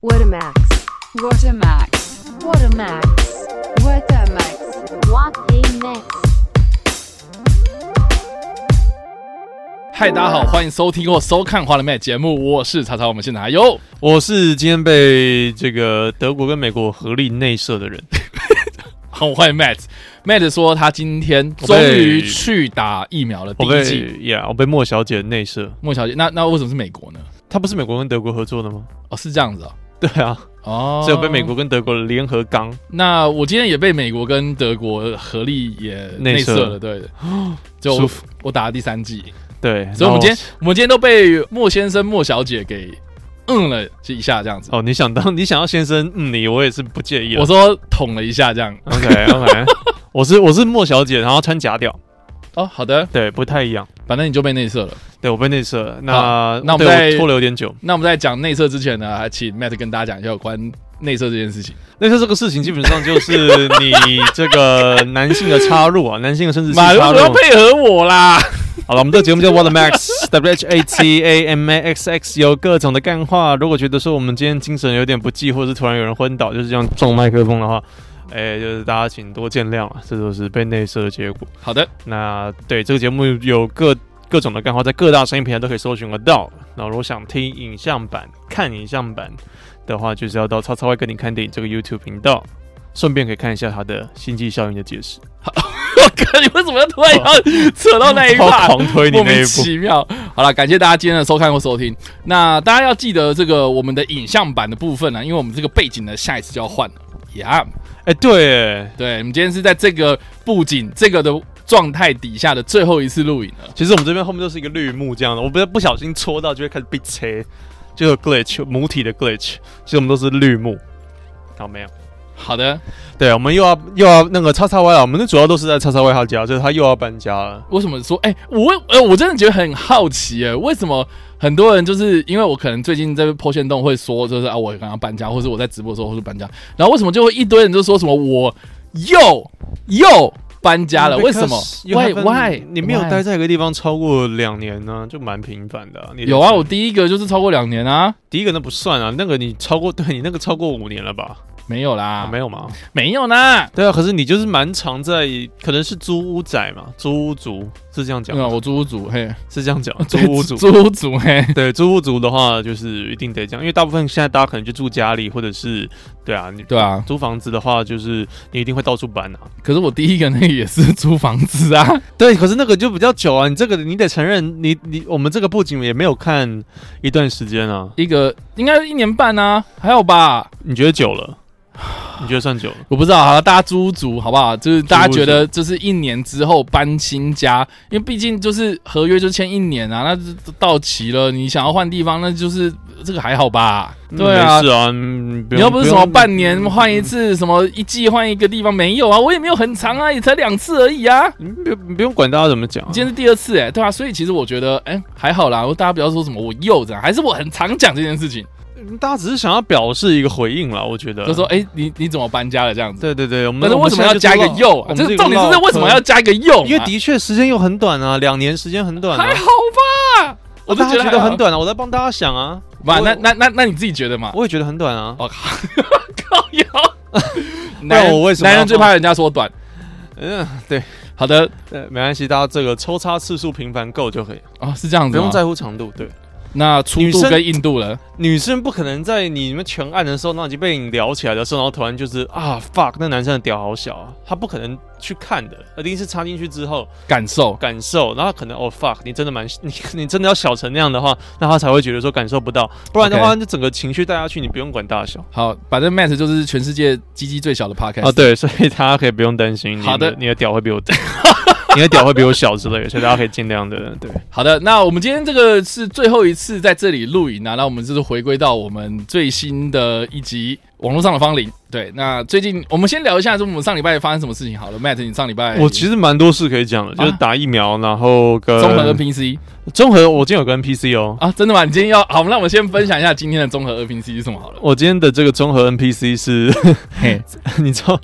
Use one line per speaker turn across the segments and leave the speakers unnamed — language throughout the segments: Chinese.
What a max.
What a max.
What a max.
What a max.
What a max.
嗨，大家好，欢迎收听或收看《花了妹》节目，我是查查，我们现在还有
我是今天被这个德国跟美国合力内射的人，
好，我欢迎 Matt。Matt 说他今天
我
终
被
于去打疫苗了，第
我
一
被
剂。
呀，我被莫小姐内射。
莫小姐，那那为什么是美国呢？
她不是美国跟德国合作的吗？
哦，是这样子啊、
对啊，
哦，
所以我被美国。跟德国联合刚。
那我今天也被美国跟德国合力也内
内射
射了，对的。就
舒
我
服
我打了第三剂，
对，
所以我们今
然
天我们今天都被莫先生、莫小姐给嗯了一下，这样子。
后哦，你想当你想要先生嗯你，我也是不介意啊。
我说捅了一下，这样。
OK OK，我是我是莫小姐，然后穿假屌，
哦，好的，
对，不太一样。
反正你就被内射了。
对我被内射了，那
那我们
对
再
拖了有点久。
那我们在讲内射之前呢，还请 Matt 跟大家讲一下有关内射这件事情。
内射这个事情基本上就是你这个男性的插入啊，男性的生殖器
马
插
不
入
要配合我啦！
好了，我们这个节目叫 What Max W H A T A M A X X，有各种的干话。如果觉得说我们今天精神有点不济，或者是突然有人昏倒，就是这样撞麦克风的话，哎、就是大家请多见谅啊，这就是被内射的结果。
好 的，
那对这个节目有各各种的干话，在各大声音平台都可以搜寻得到。那如果想听影像版、看影像版的话，就是要到超超爱跟你看电影这个 YouTube 频道，顺便可以看一下它的星际效应的解释。
我靠，你为什么要突然要扯到那一
超
趴？
狂推你
哎莫
那
名
一步。
其妙。好了，感谢大家今天的收看或收听。那大家要记得这个我们的影像版的部分啊呢，因为我们这个背景呢，下一次就要换了。呀、
哎、对，哎
对，我们今天是在这个布景这个的状态底下的最后一次录影了。
其实我们这边后面就是一个绿幕这样的，我不不小心戳到就会开始被切，就有 glitch 母体的 glitch，其实我们都是绿幕。好、没有？
好的，
对，我们又要又要那个叉叉 Y 了，我们的主要都是在叉叉 Y 他家，就是他又要搬家了。
为什么说？哎、我为呃，我真的觉得很好奇哎、为什么很多人就是因为我可能最近在破线洞会说，就是啊，我刚刚搬家，或是我在直播的时候或是搬家，然后为什么就会一堆人就说什么我又又搬家了？为什么
嗯 Because you
？Why
haven't-
why？
你没有
why？
待在一个地方超过两年呢、就蛮频繁的、啊。你的
有啊，
生
我第一个就是超过两年啊，
第一个那不算啊，那个你超过，对你那个超过五年了吧？
没有
啊
啦，
没有吗？
没有啦。
对啊，可是你就是蛮常在，可能是租屋仔嘛，租屋族是这样讲
对啊，
吗，
我租屋主嘿，
是这 样讲，租屋族。
租屋主嘿，
对，租屋族的话，就是一定得这样，因为大部分现在大家可能就住家里，或者是对啊，你
对啊。
租房子的话，就是你一定会到处搬啊。
可是我第一个那个也是租房子啊，
对，可是那个就比较久啊，你这个你得承认，你你我们这个布景也没有看一段时间啊，
一个应该一年半啊，还有吧。
你觉得久了？你觉得算久了？
我不知道，好了，大家租租好不好？就是大家
租屋
觉得，就是一年之后搬新家，因为毕竟就是合约就签一年啊，那就到期了，你想要换地方，那就是这个还好吧？对啊
是，啊，嗯
你又不是什么半年换一，
用
次，什么一季换一个地方，没有啊，我也没有很长啊，也才两次而已啊。
嗯不用嗯不用不用管大家怎么讲啊
你，今天是第二次哎、对啊，所以其实我觉得哎、还好啦，大家不要说什么我又这样，还是我很常讲这件事情，
大家只是想要表示一个回应啦，我觉得。
就说哎、你你怎么搬家了这样子？
啊对对对，我们
但是为什么要加一个又、啊？这个
这
重点啊是为什么要加一个又嘛？
因为的确时间又很短啊，两年时间很短、啊，
还好吧，我就
大
觉得
家觉
还
得
好
很。短啊，我在帮大家想啊，
哇，
我
那那那那你自己觉得嘛？
我也觉得很短啊，
我靠，靠腰！
然
男人
我为什么
男
要
人最怕人家说短？
嗯， 对，
好的，
对，没关系，大家这个抽插次数频繁够就可以，
哦，是这样子
不
吗，
用在乎长度。
嗯
对，
那粗
女
度
生
跟硬度了。
女生不可能在你们全按的时候，那已经被你聊起来的时候，然后突然就是啊 fuck，那男生的屌好小啊，她不可能去看的，一定是插进去之后
感受
感受，然后可能哦 fuck，你真的蛮 你你真的要小成那样的话，那她才会觉得说感受不到，不然的
OK
话，那整个情绪带下去，你不用管大小。
好，反正 Matt 就是全世界鸡鸡最小的 podcast
啊，，对，所以大家可以不用担心。你
好的
你的屌会比我大，你的屌会比我小之类的，所以大家可以尽量的对。
好的，那我们今天这个是最后一次在这里录影啊，那我们就是回归到我们最新的一集《网络上的芳龄》。对，那最近我们先聊一下，就我们上礼拜发生什么事情好了。Matt，你上礼拜
我其实蛮多事可以讲的，就是打疫苗，然后跟
啊综合跟 PC
综合，我今天有跟 PC 哦。
啊，真的吗？你今天要好，那我们先分享一下今天的综合二平 C 是什么好了。
我今天的这个综合 NPC 是，
嘿，
你知道，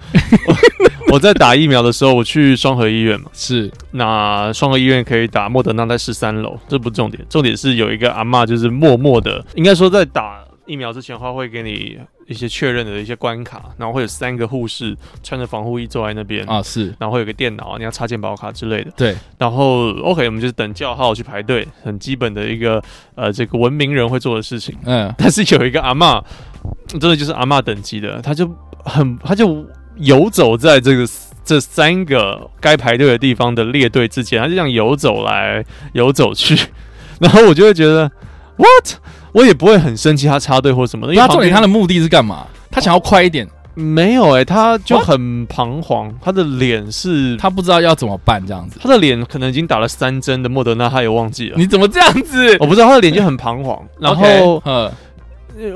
我我在打疫苗的时候，我去双河医院嘛，
是
那双河医院可以打莫德纳在十三楼，这不是重点，重点是有一个阿嬷就是默默的，应该说在打疫苗之前的话，会给你一些确认的一些关卡，然后会有三个护士穿着防护衣坐在那边，
啊，是
然后会有个电脑，你要插健保卡之类的。
对，
然后 OK，我们就是等叫号去排队，很基本的一个呃这个文明人会做的事情。
嗯，
但是有一个阿嬷，真的就是阿嬷等级的，她就很，她就游走在这个这三个该排队的地方的列队之间，她就这样游走来游走去， 然后我就会觉得 what，我也不会很生气她插队或什么的，因为
那重点他
旁
的目的是干嘛？他想要快一点，
边没有哎、她就
What？
很彷徨，她的脸是她
他不知道要怎么办这样子。
她的脸可能已经打了三针的莫德纳，她也忘记了。
你怎么这样子？
我不知道她的脸就很彷徨， 然后
OK，呃
呃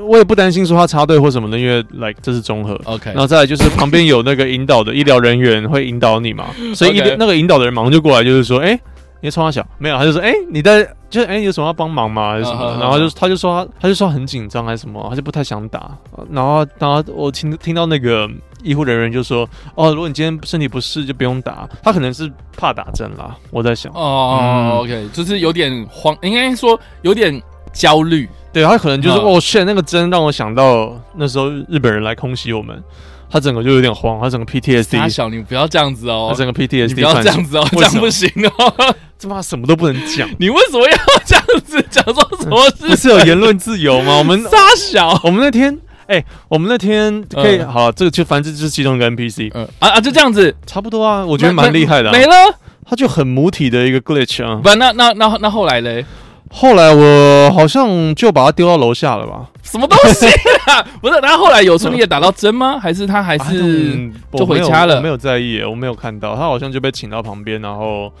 我也不担心说她插队或什么的，因为 like 这是综合，
，OK，
然后再来就是旁边有那个引导的医疗人员会引导 你嘛，所以医
OK
那个引导的人马上就过来，就是说，哎、你在 冲他小没有，他就说，哎、你在就是哎、你有什么要帮忙吗？还是什么
啊啊啊
然后他就他就说他他就说很紧张还是什么，他就不太想打。然后然后我听听到那个医护人员就说，哦，如果你今天身体不适就不用打，他可能是怕打针啦，我在想，
哦，OK，就是有点慌，应该说有点焦虑。
对他可能就是、
嗯
哦，shit，那个针让我想到那时候日本人来空袭我们，他整个就有点慌，他整个
傻
PTSD。
小，你不要这样子
他
哦，
整个
你
PTSD
不要
窜
这
出
样子哦，
为
这
什
样
么
不行哦。
他妈什么都不能讲，
你为什么要这样子 讲说什么
不
事？
是有言论自由吗？ 我们
傻小，
我们那天，哎、我们那天可以、
嗯
好，这个就反正就是其中一个 NPC，
嗯啊啊，就这样子，
差不多啊，我觉得蛮厉害的、啊
没。了。
他就很母体的一个 glitch 啊。
不，那那那那后来嘞？
后来我好像就把他丢到楼下了吧？
什么东西啊？ 不是，他后来有顺利的打到针吗？还是他还
还
是
哎
就回家了
我没有在意，我没有看到，他好像就被请到旁边，然后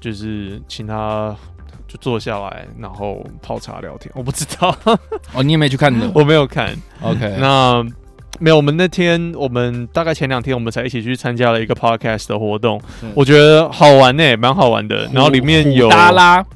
就是请他。就坐下来，然后泡茶聊天。我不知 道，
哦？你也没去看的
我没有看。
？OK，
那没有，我们那天我们大概前两天我们才一起去参加了一个 podcast 的活动
嗯，
我觉得好玩呢、蛮好玩的。然后里面有
胡达拉，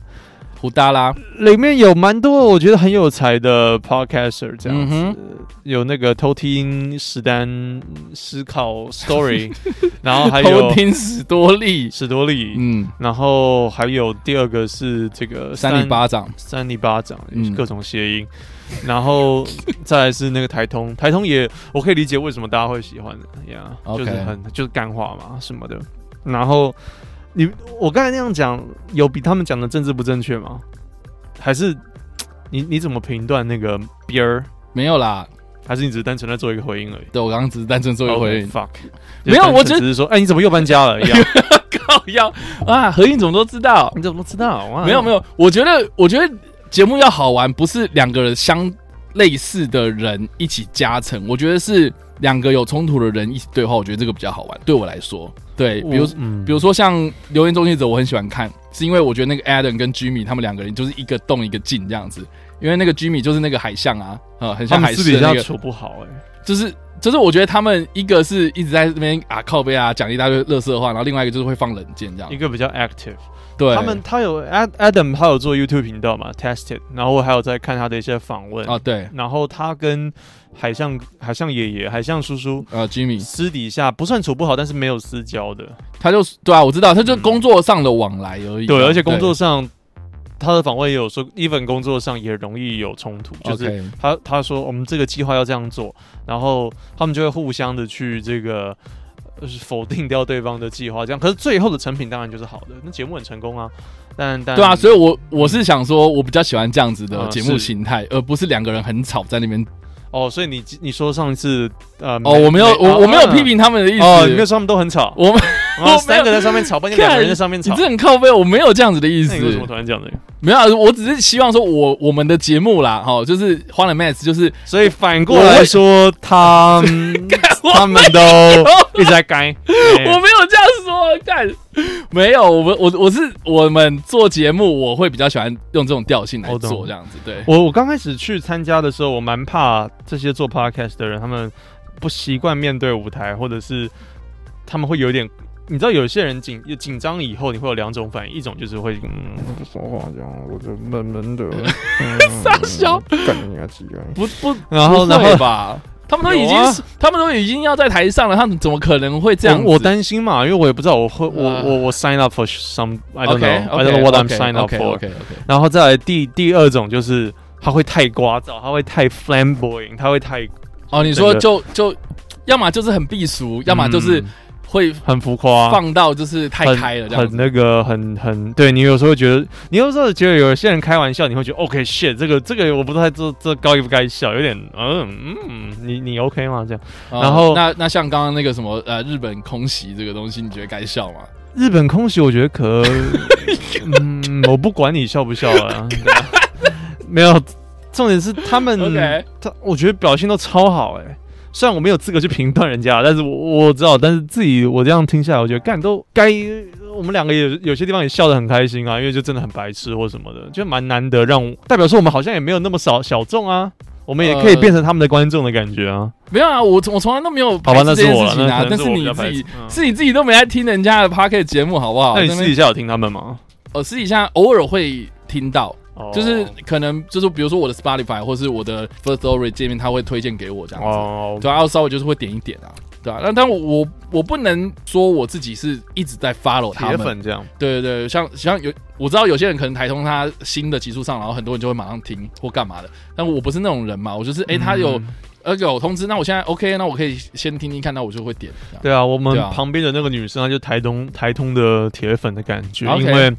胡达拉，
里面有蛮多我觉得很有才的 podcaster 这
嗯
样子，
哼，
有那个偷听史丹思考 story，然后还有
偷听史多利，
史多利。
嗯，
然后还有第二个是这个
扇你巴掌，
三里巴掌，
嗯
各种谐音，然后再来是那个台通， 台通也我可以理解为什么大家会喜欢的呀
OK
就是很就是干话嘛什么的。然后你我刚才那样讲，有比他们讲的政治不正确吗？还是你你怎么评断那个边儿？
没有啦。
还是你只是单纯在做一个回应而已？
对我刚刚只是单纯做一回
Oh, fuck，
没有我
就
觉得
是单纯只是说，哎、你怎么又搬 家了？一样，
靠腰啊，何韵怎么都知道？
你怎么知道？哇
没有没有，我觉得我觉得节目要好玩，不是两个人相类似的人一起加成，我觉得是两个有冲突的人一起对话，我觉得这个比较好玩。对我来说，对，比如
我嗯
比如说像留言终结者，我很喜欢看，是因为我觉得那个 Adam 跟 Jimmy 他们两个人就是一个动一个静这样子，因为那个 Jimmy 就是那个海象啊，呃，很
他
像
们
海
私
狮
底
的
下
那个，
处不好哎、
就是就是我觉得他们一个是一直在这边啊靠背啊讲一大堆乐色话，然后另外一个就是会放冷箭这样
一，个比较 active。
对，
他们他有 Ad- Adam，他有做 YouTube 频道嘛，Tested，然后我还有在看他的一些访问
啊对，
然后他跟海象海象爷爷、海象叔叔
呃 Jimmy
私底下不算处不好，但是没有私交的，
他就对啊，我知道，他就工作上的往来而已。啊
对，而且工作上他的访问也有说，even 工作上也容易有冲突，
对
就是嗯
OK，
他他说我们这个计划要这样做，然后他们就会互相的去这个。呃否定掉对方的计划，这样，可是最后的成品当然就是好的，那节目很成功啊，但但
对啊，所以我我是想说，我比较喜欢这样子的
啊
节目
是
形态，而不是两个人很吵在那边。
哦，所以你你说上一次呃，
哦，我没有，我我没有批
评
评他们的意思。
哦，你没有说他们都很吵，
我 们
然后
我没有
三个在上面吵，半天两个人在上面
你
吵
这，很靠背，我没有这样子的意思
那。你为什么突然讲这个？
没有啊，我只是希望说我，我们的节目啦，哈，就是《花了 Max》，就是
所以反过来说，他
我
他们都一直在该，
哦我
哦哎
没有这样说，干没有，我们我我是我们做节目，我会比较喜欢用这种调性来
我懂
做这样子，对，
我我刚开始去参加的时候，我蛮怕这些做 podcast 的人，他们不习惯面对舞台，或者是他们会有点。你知道有些人紧紧张以后，你会有两种反应，一种就是会嗯
说话这样，我就闷 闷的，
傻笑，
干你啊几个！
不不
然后
不会
然后
吧，他们都已
有
经
啊
是，他们都已经要在台上了，他们怎么可能会这样子？
我我担心嘛，因为我也不知道我会我
呃
我我 sign up for some I don't
OK，
know I don't know what I'm sign up
OK
for。
OK OK，
然后再来第第二种就是它会太聒噪，它会太 flamboyant，它会太
哦，你说
整个
就就，要么就是很避俗，要么就是
嗯
会
很浮夸，
放到就是太
很
开了这样
很
子。
那个，很很对你有时候会觉得，你有时候觉得有些人开玩笑，你会觉得 OK shit，这个这个我不知道这这该不该笑，有点嗯嗯，你你 OK 吗？这样，
哦
然后
那那像刚刚那个什么呃日本空袭这个东西，你觉得该笑吗？
日本空袭我觉得 可，嗯，我不管你笑不笑 啊，对啊没有，重点是他们
OK
他我觉得表现都超好哎、虽然我没有资格去评断人家，但是我我知道，但是自己我这样听下来，我觉得干都该，我们两个有有些地方也笑得很开心啊，因为就真的很白痴或什么的，就蛮难得让代表说我们好像也没有那么少小众啊，我们也可以
呃
变成他们的观众的感觉啊。
没有啊，我我从来都没有
好
排
吧，
斥
那
这
是
件
我了
事，情
那
啊，
可
那
能
是
我比
你
较
自
排斥
己。
嗯
是你自己都没在听人家的 p o c a s t 节目，好不好？
那你
在那
私
边
底下有听他们吗？
呃私底下偶尔会听到，
哦
就是可能就是比如说我的 Spotify 或是我的 First Story 界面，他会推荐给我这样子。
哦，
对啊，然后稍微就是会点一点啊，对啊。那但我我我不能说我自己是一直在 follow 他
铁
们，
粉这样。
对对对，像像有我知道有些人可能台通他新的集数上，然后很多人就会马上听或干嘛的，但我不是那种人嘛，我就是哎、诶他有
嗯
呃有通知，那我现在 OK，那我可以先听听看，那我就会点。这样
对啊，我们
对啊
旁边的那个女生，她就台东台通的铁粉的感觉
OK
因为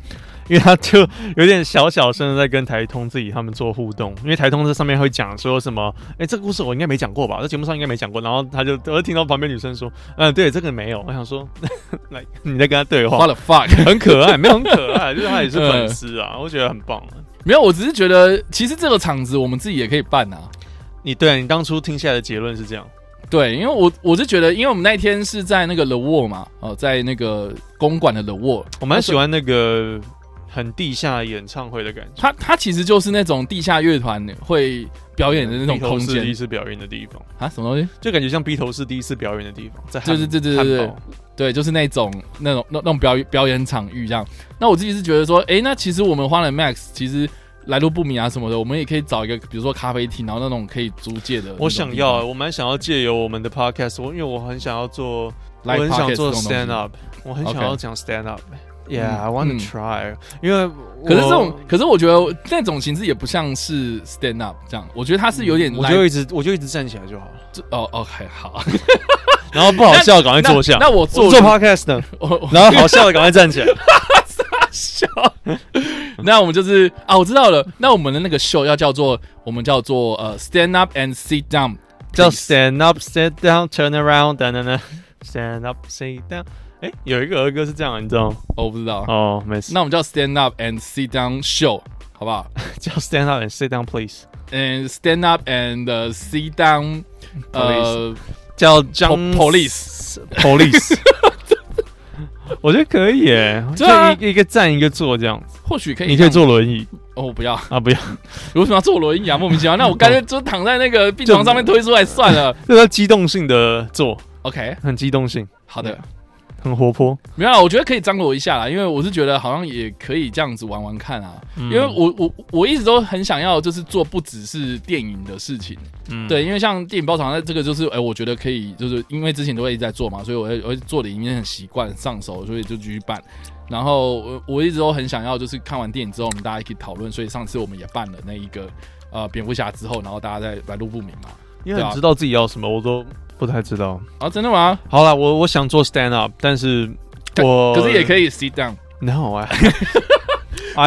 因为她就有点小小声的在跟台通自己他们做互动，因为台通这上面会讲说什么，哎、这个故事我应该没讲过吧，在节目上应该没讲过，然后她就我就听到旁边女生说，嗯，对，这个没有，我想说， 来你在跟她对话
What，the fuck？
很可爱，没有很可爱，就是她也是
嗯
粉丝啊，我觉得很棒、啊。
没有，我只是觉得其实这个场子我们自己也可以办啊。
你对、你当初听下来的结论是这样，
对，因为我我是觉得，因为我们那一天是在那个 The Wall 嘛，哦、在那个公馆的 The Wall，
我蛮喜欢那个很地下演唱会的感觉，
它它其实就是那种地下乐团会表演的那种
披头
空
士第一
间
次表演的地方。
啊，什么东西？
就感觉像披头士第一次表演的地方，在汉
对对对对对
汉堡
对，就是那种那种那那种表演表演场域这样。那我自己是觉得说，诶，那其实我们花了 Max 其实来路不明啊什么的，我们也可以找一个，比如说咖啡厅，然后那种可以租借的那种地方。
我想要，我蛮想要借由我们的 podcast，我因为我很想要做，我
Live
很想
podcast 这种
做
东西
stand up，我很
OK
想要讲 stand up。Yeah, I
嗯
want to try，、因为
可是这
我
种，可是我觉得那种形式也不像是 stand up 这样，我觉得它是有点
嗯我
live-
就一直我就一直站起来就好，
哦，OK，好，
然后不好笑赶快
那
坐下。
那我
我
坐
做 podcast 呢，
我我
然后好笑的赶快 站起来。
笑。那我们就是啊，我知道了。那我们的那个秀要叫做我们叫做呃 stand up and sit down，
叫
please
stand up, sit down, turn around，等等等，stand up, sit down。哎，有一个儿歌是这样的，你知道吗？
哦我不知道。
哦，没事。
那我们叫 stand up and sit down show，好不好？
叫 stand up and sit down, please。
嗯，stand up and、呃 sit down，呃，
叫张
Po- police
police，我觉得可以耶，就
对啊
一个一个站一个坐这样子，
或许可以。
你可以，坐轮椅
哦，我不要。
啊，不要，
为什么要坐轮椅啊？莫名其妙。那我干脆就躺在那个病床上面推出来算了。
这叫机动性的坐，
OK，
很机动性，
好的。
很活泼，
没有啊，我觉得可以张罗一下啦，因为我是觉得好像也可以这样子玩玩看啊，
嗯
因为我我我一直都很想要就是做不只是电影的事情，
嗯
对，因为像电影包场那这个就是，哎、我觉得可以，就是因为之前都会一直在做嘛，所以我会我会做的已经很习惯上手，所以就继续办。然后我我一直都很想要，就是看完电影之后我们大家一起讨论，所以上次我们也办了那一个呃蝙蝠侠之后，然后大家再来路不明嘛。
因
对
为
啊
很知道自己要什么，我都不太知道。
啊，真的吗？
好啦，我我想做 stand up，但是
可
我
可是 也可
以
以 sit down。
，no I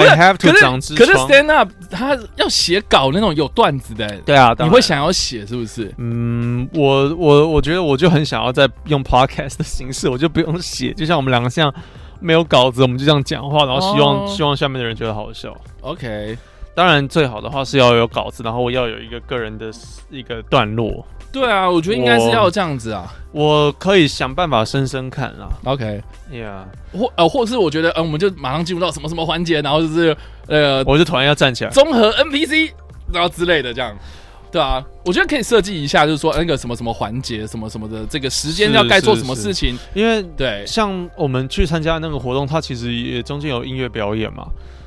I have
可
to
是
长痔
可是
疮
stand up 他要写稿那种有段子的、
对啊，当
你
然
会想要写是不是？
嗯，我我我觉得我就很想要在用 podcast 的形式，我就不用写，就像我们两个像没有稿子，我们就这样讲话，然后希望、
哦
希望下面的人觉得好笑。
OK，
当然，最好的话是要有稿子，然后我要有一个个人的一个段落，
对啊，我觉得应该是要这样子啊。
我可以想办法生生看啦。
OK，
Yeah，
或呃，或是我觉得，嗯、我们就马上进入到什么什么环节，然后就是呃，
我就突然要站起来。
综合 NPC，然后之类的这样。对啊，我觉得可以设计一下，就是说呃那个什么什么环节，什么什么的，这个时间
是
要该做
是
什么
是
事情。
因为
对，
像我们去参加那个活动，它其实也中间有音乐表演嘛，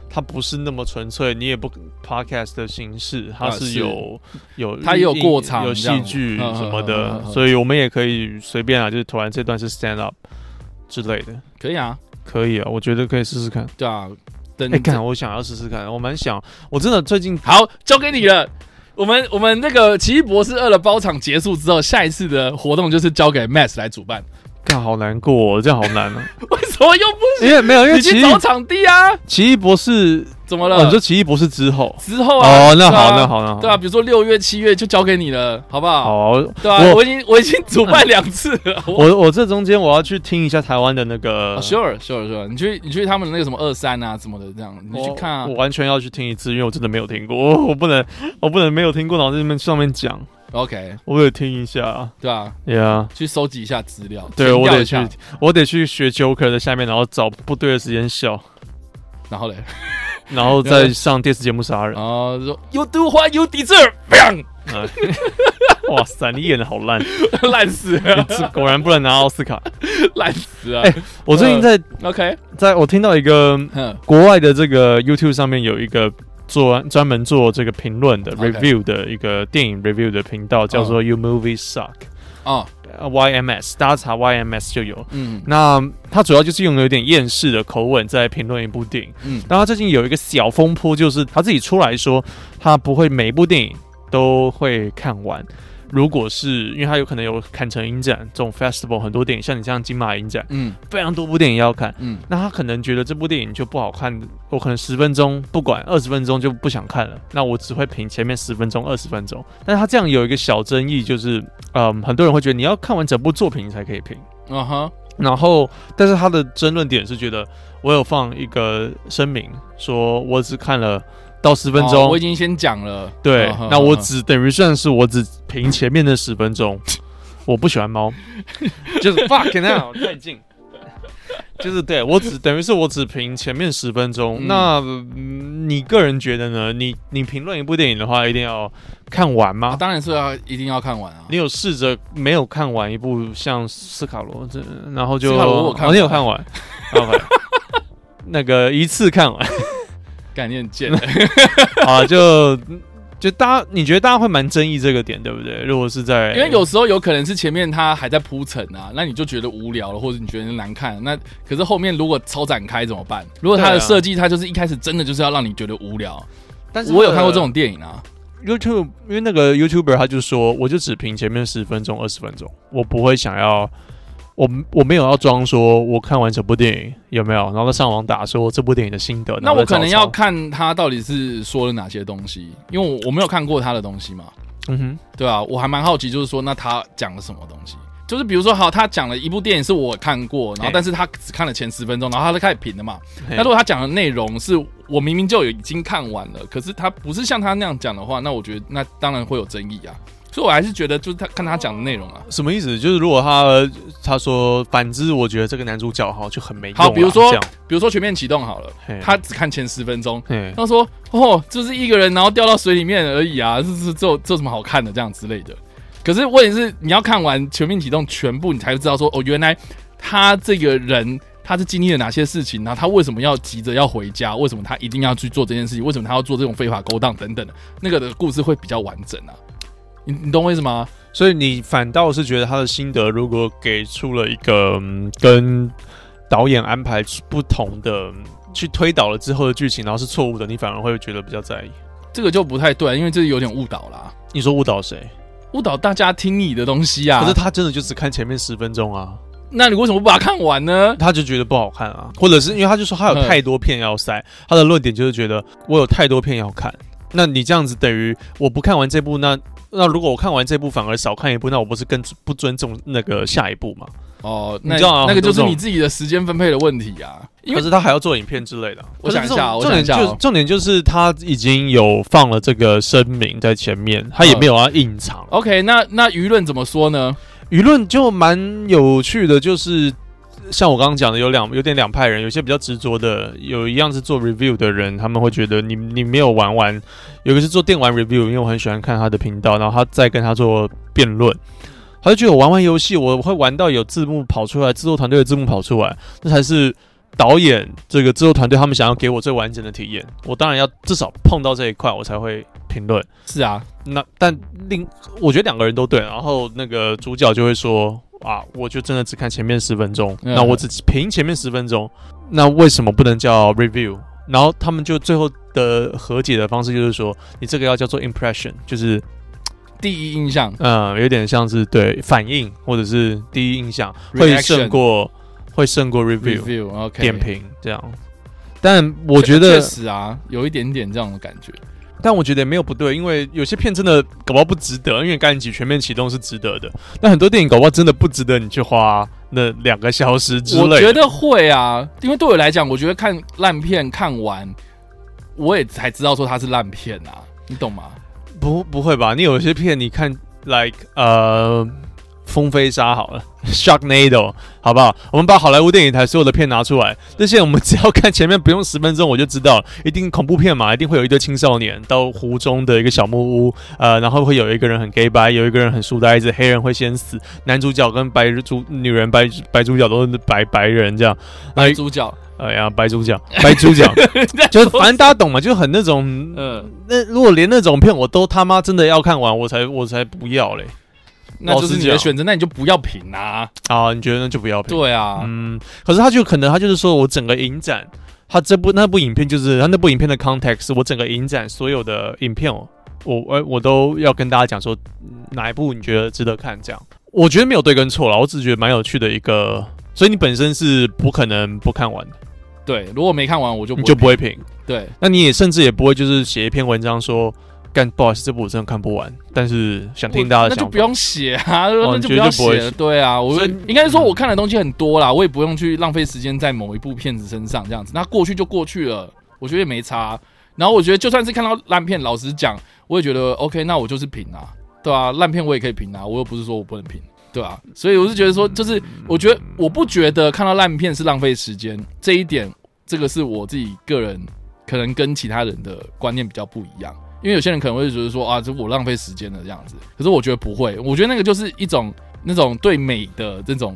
它不是那么纯粹，你也不 podcast 的形式，它
啊
是
是
有、有
它也有
音
过场
有
这样
戏剧
嗯嗯
什么
嗯嗯
的
嗯，嗯
所以我们也可以随便啊，就是突然这段是 stand up 之类的，
可以啊，
可以啊，我觉得可以试试看。
对啊，等
哎、看我想要试试看，我蛮想，我真的最近
好，交给你了。我们我们那个《奇异博士二》的包场结束之后，下一次的活动就是交给 Max 来主办。
看好难过、哦，这样好难哦、
为什么又不行？
因为没有，哎因为
你
奇
去
异
找场地啊？
奇异博士，
怎么
哦，
了？
你说奇异博士之后，
之后啊？
哦，那好，
对啊
那。好，那好，
对啊，比如说六月、七月就交给你了，好不好？
好，
对啊，
我
我已经我已经主办两次了。我
我我呃这中间我要去听一下台湾的那个，
啊 sure sure sure，你去你去他们那个什么二三啊什么的这样，你去看啊
我。完全要去听一次，因为我真的没有听过， 我我不能，我不能没有听过，然后在那边上面讲，
OK，
我得听一下
对啊，
，Yeah，
去收集一下资料。
对
填
我
掉
得
一
去
下，
我得去学 Joker 的下面，然后找不对的时间笑，
然后嘞，
然后再上电视节目杀人
然。后说 You do what you deserve，砰
哎 哇塞，你演的好烂，
烂死了，
这果然不能拿奥斯卡。
烂死了。
哎我最近在
OK，
在我听到一个
哼
国外的这个 YouTube 上面有一个做专门做这个评论的
OK
review 的一个电影 review 的频道，叫做 You Movie Suck
哦，
呃 YMS，大家查 YMS 就有。
嗯
那他主要就是用有点厌世的口吻在评论一部电影。
嗯
但他最近有一个小风波，就是他自己出来说，他不会每一部电影都会看完。如果是因为他有可能有坎城影展这种 festival，很多电影像你像金马影展，
嗯
非常多部电影要看。
嗯
那他可能觉得这部电影就不好看，我可能十分钟不管，二十分钟就不想看了。那我只会评前面十分钟、二十分钟。但是他这样有一个小争议，就是嗯，很多人会觉得你要看完整部作品你才可以评。
嗯哼，
然后，但是他的争论点是觉得我有放一个声明，说我只看了到十分
哦
钟，
我已经先讲了。
对，
嗯哼
那我
嗯哼
只等于算是我只评前面的十 分钟。我不喜欢猫，就是 fucking hell 太近，就是对我只等于是我只评前面十分钟。
嗯
那、嗯你个人觉得呢？你你评论一部电影的话，一定要看完吗？
啊当然是要一定要看完啊
你。有试着没有看完一部像斯卡罗这，然后就
斯卡罗我看
哦
完
你有 看完，OK，那个一次看完
概念 见，
啊，就就大家你觉得大家会蛮争议这个点对不对？如果是在
因为有时候有可能是前面他还在铺陈啊，那你就觉得无聊了，或者你觉得难看，那可是后面如果超展开怎么办？如果他的
对啊
设计，他就是一开始真的就是要让你觉得无聊。
但是
我有看过这种电影啊，
YouTube，因为那个 YouTuber 他就说，我就只评前面十分钟、二十分钟，我不会想要，我我没有要装说我看完整部电影有没有，然后再上网打说这部电影的心得。
那
然后
我
再
可能
找
要
抄，
看他到底是说了哪些东西，因为我我没有看过他的东西嘛。
嗯哼，
对啊，我还蛮好奇，就是说，那他讲了什么东西？就是比如说，好，他讲了一部电影是我看过，然后
嘿
但是他只看了前十分钟，然后他就开始评了嘛。
嘿
那如果他讲的内容是我明明就已经看完了，可是他不是像他那样讲的话，那我觉得那当然会有争议啊。所以我还是觉得，就是他看他讲的内容啊。
什么意思？就是如果他呃他说，反之，我觉得这个男主角哈就很没用啦。啊
好比如说
这样
比如说《全面启动》好了，
嘿
他只看前十分钟，
嘿
他说：“哦，就是一个人，然后掉到水里面而已啊，这是这有这有什么好看的这样之类的。”可是问题是，你要看完《全面启动》全部，你才知道说，哦，原来他这个人他是经历了哪些事情，然后他为什么要急着要回家，为什么他一定要去做这件事情，为什么他要做这种非法勾当等等的，那个的故事会比较完整啊。你你懂我意思吗？
所以你反倒是觉得他的心得，如果给出了一个、嗯跟导演安排不同的，嗯去推导了之后的剧情，然后是错误的，你反而会觉得比较在意。
这个就不太对，啊因为这有点误导啦，
你说误导谁？
误导大家听你的东西啊。
可是他真的就只看前面十分钟啊，
那你为什么不把它看完呢？
他就觉得不好看啊，或者是因为他就说他有
嗯
太多片要塞，他的论点就是觉得我有太多片要看。那你这样子等于我不看完这部，那那如果我看完这部反而少看一部，那我不是更不尊重那个下一部吗？
哦，
你
那
知道啊
那个就
很多
是
这种
你自己的时间分配的问题啊。因为
可是他还要做影片之类的。
我想一下啊
可是
我想一下
重
啊
重点就重点就是他已经有放了这个声明在前面，他也没有要隐藏。
OK，那那舆论怎么说呢？
舆论就蛮有趣的，就是像我刚刚讲的，有两有点两派人，有些比较执着的，有一样是做 review 的人，他们会觉得你你没有玩完，有一个是做电玩 review，因为我很喜欢看他的频道，然后他再跟他做辩论。他就觉得我玩玩游戏，我会玩到有字幕跑出来，制作团队的字幕跑出来，那才是导演这个制作团队他们想要给我最完整的体验。我当然要至少碰到这一块，我才会评论。
是啊，
那但另我觉得两个人都对，然后那个主角就会说啊，我就真的只看前面十分钟，
嗯
那我只评前面十分钟，那为什么不能叫 review？然后他们就最后的和解的方式就是说，你这个要叫做 impression，就是
第一印象
嗯，有点像是对反应或者是第一印象会
Reaction
胜过会胜过 review
review OK
点评这样。但我觉得
确，实啊，有一点点这样的感觉。
但我觉得也没有不对，因为有些片真的搞不好不值得，因为干集全面启动是值得的。但很多电影搞不好真的不值得你去花那两个小时之类的。
我觉得会啊，因为对我来讲，我觉得看烂片看完，我也才知道说它是烂片啊，你懂吗？
不不会吧？你有些片你看，like 呃，风飞沙好了，Sharknado 好不好？我们把好莱坞电影台所有的片拿出来，这些我们只要看前面不用十分钟我就知道，一定恐怖片嘛，一定会有一堆青少年到湖中的一个小木屋，呃，然后会有一个人很 gay 白，有一个人很书呆子，黑人会先死，男主角跟白主女人白白主角都是白白人这样，哎
主角，
哎呀，白主角白主角，就是反正大家懂嘛，就很那种
嗯，
那如果连那种片我都他妈真的要看完，我才我才不要嘞。
那就是你
老实讲
的选择，那你就不要评啊。
啊，你觉得那就不要评？、
对啊，
嗯，可是他就可能他就是说我整个影展，他这部那部影片就是他那部影片的 context，我整个影展所有的影片哦，我我我都要跟大家讲说嗯哪一部你觉得值得看这样。我觉得没有对跟错啦，我只是觉得蛮有趣的一个，所以你本身是不可能不看完的，
对，如果没看完我就
你就不
会
会评。
评对，
那你也甚至也不会就是写一篇文章说，干不好意思，这部我真的看不完，但是想听大家
我
的
哦那
想法。
就
哦
不用写啊，那
你
就
觉得
要
就不会
写了。对啊，我
所以
应该是说我看的东西很多啦，我也不用去浪费时间在某一部片子身上这样子。那过去就过去了，我觉得也没差。然后我觉得就算是看到烂片，老实讲，我也觉得 OK，那我就是评啊，对啊，烂片我也可以评啊，我又不是说我不能评，对啊。所以我是觉得说，就是我觉得我不觉得看到烂片是浪费时间，这一点这个是我自己个人可能跟其他人的观念比较不一样。因为有些人可能会觉得说啊，这我浪费时间了这样子，可是我觉得不会，我觉得那个就是一种那种对美的这种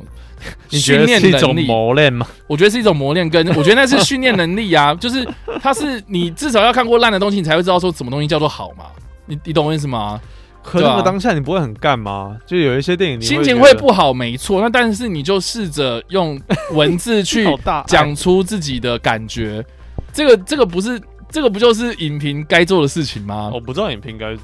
你觉
训
得
练
是一
能
种
力，
磨练吗？
我觉得是一种磨练，跟我觉得那是训练能力啊，就是它是你至少要看过烂的东西，你才会知道说什么东西叫做好嘛，你你懂我意思吗？
可
对
那
啊
个当下你不会很干吗？就有一些电影你
心情
觉
会
得
不好，没错，那但是你就试着用文字去
好大爱
讲出自己的感觉，这个这个不是这个不就是影评该做的事情吗？
我不知道影评该，嗯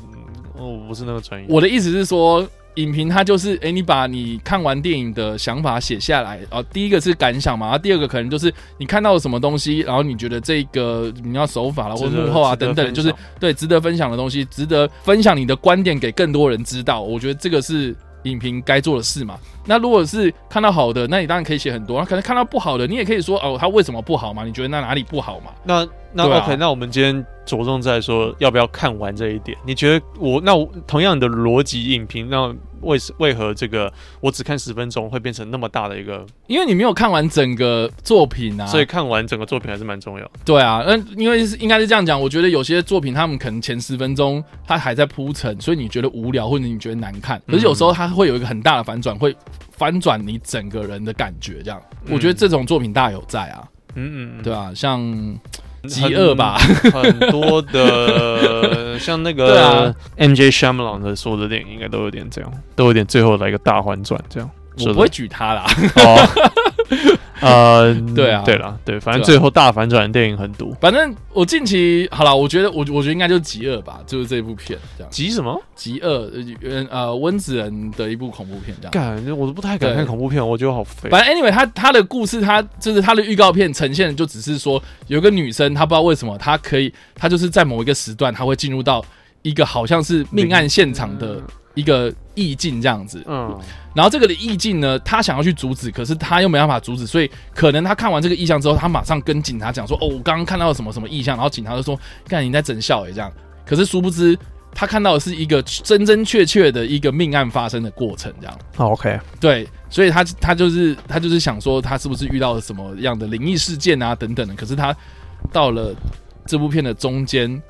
我不是那个专业。
我的意思是说，影评它就是，诶，你把你看完电影的想法写下来。哦、第一个是感想嘛，啊然后第二个可能就是你看到了什么东西，然后你觉得这个你要手法了，或
值
者
得
幕后啊
值得
等等的，
分
就是
享
对值得分享的东西，值得分享你的观点给更多人知道。我觉得这个是影评该做的事嘛。那如果是看到好的，那你当然可以写很多；那可能看到不好的，你也可以说哦，他为什么不好嘛？你觉得那哪里不好嘛？
那那
对啊
OK，那我们今天着重在说要不要看完这一点。你觉得我那我同样的逻辑影评，那为为何这个我只看十分钟会变成那么大的一个？
因为你没有看完整个作品啊，
所以看完整个作品还是蛮重要的。
对啊，嗯，因为是应该是这样讲，我觉得有些作品他们可能前十分钟他还在铺陈，所以你觉得无聊或者你觉得难看，可是有时
嗯
候它会有一个很大的反转，会翻转你整个人的感觉。这样，
嗯
我觉得这种作品大有在啊，
嗯嗯，嗯
对啊，像
很
极恶吧，
很 多的像那
对
个
啊
MJ s h a m a l a n 的所有的电影，应该都有点这样，都有点最后来一个大反转这样。是
我
的
不会举他啦，
哦，呃，
对啊
对啦，对，反正
对啊
最后大反转的电影很多。
反正我近期好了，我觉得我我觉得应该就是《极恶》吧，就是这部片这样，《
急什么？
极恶》呃呃温子仁的一部恐怖片这样。
感我都不太敢
对
看恐怖片，我觉得好肥。
反正 anyway，他他的故事，他就是他的预告片呈现的就只是说，有一个女生，她不知道为什么，她可以，她就是在某一个时段，她会进入到一个好像是命案现场的一个意境这样子。
嗯，
然后这个的意境呢，她想要去阻止，可是她又没办法阻止，所以可能她看完这个意象之后，她马上跟警察讲说：“哦，我刚刚看到了什么什么意象。”然后警察就说：“干，你在整笑诶、这样。”可是殊不知，她看到的是一个真真切切的一个命案发生的过程这样。
好 OK，
对，所以他他就是他就是想说他是不是遇到了什么样的灵异事件啊等等的，可是他到了这部片的中间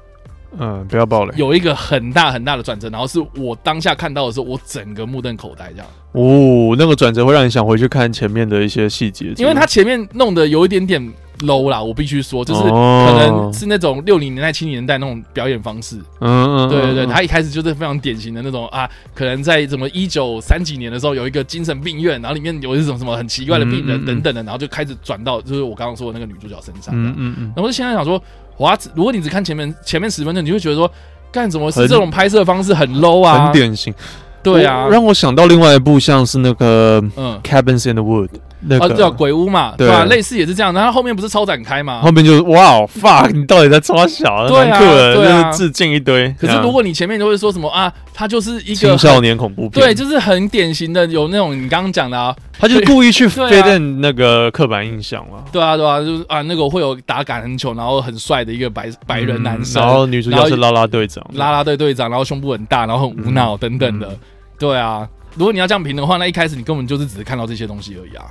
嗯，不要暴雷。
有一个很大很大的转折，然后是我当下看到的时候，我整个目瞪口呆这样，
哦，那个转折会让你想回去看前面的一些细节，
因为他前面弄得有一点点 low 啦，我必须说，就是
哦
可能是那种六零年代、七零年代那种表演方式。
嗯嗯，
对对对，
嗯
他一开始就是非常典型的那种啊，可能在什么一九三几年的时候有一个精神病院，然后里面有一种什么很奇怪的病
嗯嗯
人
嗯
等等的，然后就开始转到就是我刚刚说的那个女主角身上。
嗯
嗯，
嗯嗯
然后我就现在想说，哇，如果你只看前面前面十分钟，你会觉得说，干怎么是
很
这种拍摄方式很 low
嗯，
啊？
很典哦型。
对啊
我，让我想到另外一部，像是那个《
嗯，
Cabins in the Wood》那
哦，叫
个，
鬼屋嘛，
对
对吧？类似也是这样，然后后面不是超展开嘛？
后面就是哇哦，fuck，你到底在抓小？
对啊
蛮酷的，
对啊
就是致敬一堆。
可是如果你前面就会说什么啊，他就是一
这样
个
青少年恐怖片，
对，就是很典型的有那种你刚刚讲的啊，
他就是故意去
对啊
fit in 那个刻板印象了。
对啊，对啊，就是啊，那个会有打橄榄球，然后很帅的一个白白人男生，
嗯然后女主角是嗯拉拉队长，
拉拉队队长，然后胸部很大，然后很无脑等等的，对啊。如果你要这样评的话，那一开始你根本就是只是看到这些东西而已啊。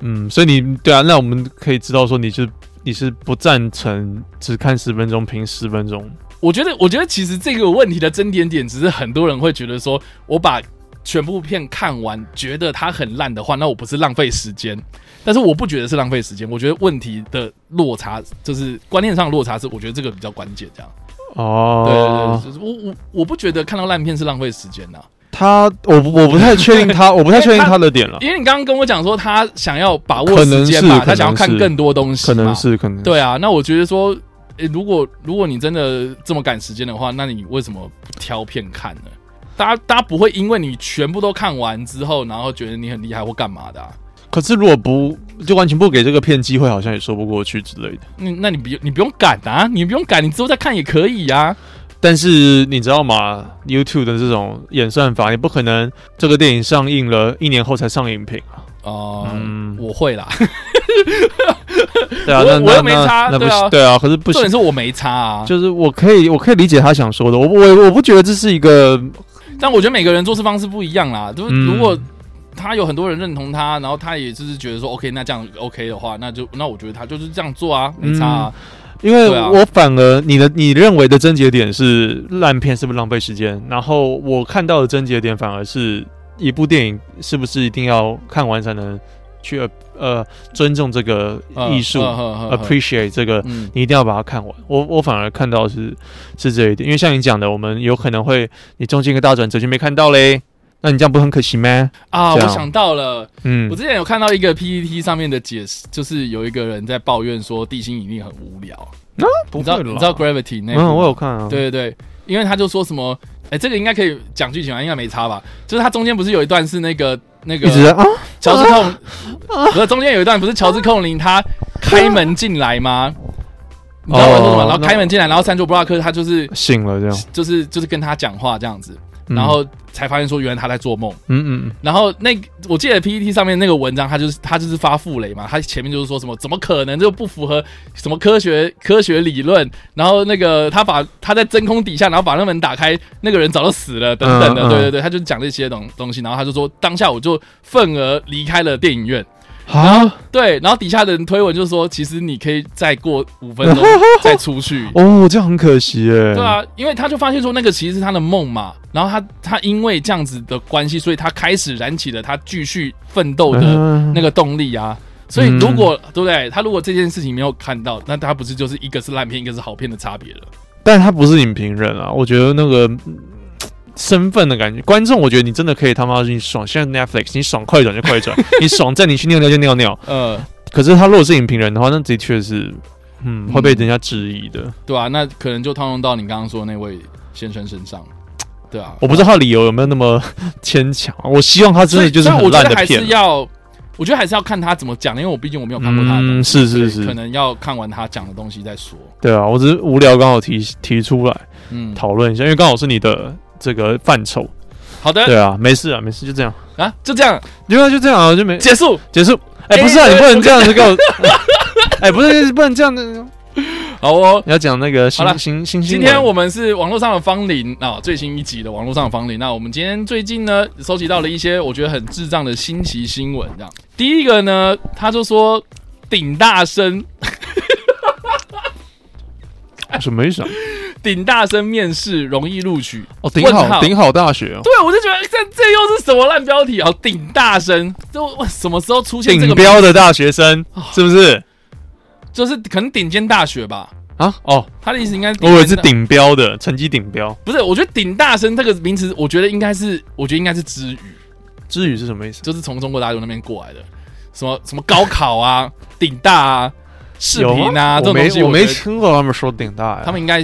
嗯，所以你对啊，那我们可以知道说你是你是不赞成只看十分钟评十分钟，
我觉得，我觉得其实这个问题的争点点，只是很多人会觉得说，我把全部片看完，觉得它很烂的话，那我不是浪费时间。但是我不觉得是浪费时间，我觉得问题的落差就是观念上的落差是，我觉得这个比较关键。这样，对
哦
对，对，就是我我我不觉得看到烂片是浪费时间啊呐、
他我不我不太确定 他，我不太确定他的点了，
因为你刚刚跟我讲说他想要把握
可能
时间
是
嘛，
可
他想要
能
看
是
更多东西
可
嘛，
能是可能是
对啊。那我觉得说，诶如果如果你真的这么赶时间的话，那你为什么不挑片看呢？大家大家不会因为你全部都看完之后，然后觉得你很厉害或干嘛的、啊。
可是如果不就完全不给这个片机会，好像也说不过去之类的。
那那你不你不用赶啊，你不用赶，你之后再看也可以啊。
但是你知道吗？YouTube 的这种演算法，你不可能这个电影上映了一年后才上映评啊。
哦、
嗯
我会啦，
对啊，
我
那
我
那
又没差
那那不
对啊
行，对啊，可是不
重点，
行
是我没差啊。
就是我可以我可以理解他想说的，我不我我不觉得这是一个
但我觉得每个人做事方式不一样啦，就是
嗯
如果他有很多人认同他，然后他也就是觉得说 OK，那这样 OK 的话，那就那我觉得他就是这样做啊，没差啊。
因为
对啊
我反而你的你认为的症结点是烂片是不是浪费时间，然后我看到的症结点反而是一部电影是不是一定要看完才能去呃尊重这个
嗯
艺术、
嗯嗯嗯嗯
appreciate 这个，
嗯
你一定要把它看完。我我反而看到的是是这一点，因为像你讲的，我们有可能会你中间一个大转折就没看到嘞，那你这样不是很可惜吗？
啊，
这
我
样
想到了，
嗯
我，之前有看到一个 PPT 上面的解释，就是有一个人在抱怨说地心引力很无聊，
不
你知道
会
你
啦
知道 Gravity 那部吗
嗯，我有看啊，，
对对对，因为他就说什么，哎，这个应该可以讲剧情啊，应该没差吧？就是他中间不是有一段是那个那个
一直在啊，
乔治控，不是中间有一段不是乔治控林他开门进来吗？你知道我在说什么？
哦
然后开门进来，然后山卓布拉克他就是
醒了这样，
就是就是跟他讲话这样子，
嗯
然后才发现说原来他在做梦。
嗯嗯
然后那我记得 PPT 上面那个文章，他就是他就是发傅雷嘛，他前面就是说什么怎么可能就不符合什么科学科学理论，然后那个他把他在真空底下，然后把那门打开，那个人早就死了等等的，
嗯嗯
对对对，他就讲这些东东西，然后他就说当下我就愤而离开了电影院。
嗯，
啊
好。
对，然后底下的人推文就说，其实你可以再过五分 钟再出去。
哦，这样很可惜哎。
对，啊，因为他就发现说那个其实是他的梦嘛，然后他他因为这样子的关系，所以他开始燃起了他继续奋斗的
嗯
那个动力啊。所以
嗯
如果、对不对，他如果这件事情没有看到，那他不是就是一个是烂片，一个是好片的差别了？
但他不是影评人啊，我觉得那个。嗯身份的感觉，观众，我觉得你真的可以他妈你爽，现在 Netflix 你爽快转就快转， 你爽在你去尿尿就尿尿。
呃，
可是他如果是影评人的话，那的确是，嗯，
嗯
会被人家质疑的。
对啊，那可能就套用到你刚刚说的那位先生身上，对啊。
我不知道他的理由有没有那么牵强，我希望他真
所以
的就是
所以
很
我觉
烂
得
的
还
片
是。要，我觉得还是要看他怎么讲，因为我毕竟我没有看过他的东西
嗯，是是
可
是，
能要看完他讲的东西再说。
对啊，我只是无聊刚好提提出来
嗯，
讨论一下，因为刚好是你的这个范畴。
好的，
对啊，没事啊，没事，就这样，
啊，就这样
因为就这样啊，就没
结束。
结束。哎、不是啊，
哎
你不能
我
这样子给我。 哎、不是，不能这样的。
好哦，
你要讲那个
好
新
了
新新新
今
闻
天我们是网络上的芳龄啊，最新一集的网络上的芳龄。那我们今天最近呢，收集到了一些我觉得很智障的新奇新闻。这样，第一个呢，他就说顶大生，
什么意思啊？
顶大生面试容易录取。
哦，顶
问
好
号
顶好大学哦，
对，我就觉得这这又是什么烂标题啊？顶大生，这我什么时候出现这个哦
顶标的大学生是不是？
就是可能顶尖大学吧。
啊？哦，
他的意思应该
我以为是
尖大，
顶标的，成绩顶标。
不是？我觉得顶大生这个名词，我觉得应该是，我觉得应该是之语，
之语是什么意思？
就是从中国大陆那边过来的，什么什么高考啊、顶大啊、视
有
频
吗
啊这种
我
东
没
西，
我
我觉
没
得
听过他们说顶大呀，
他们应该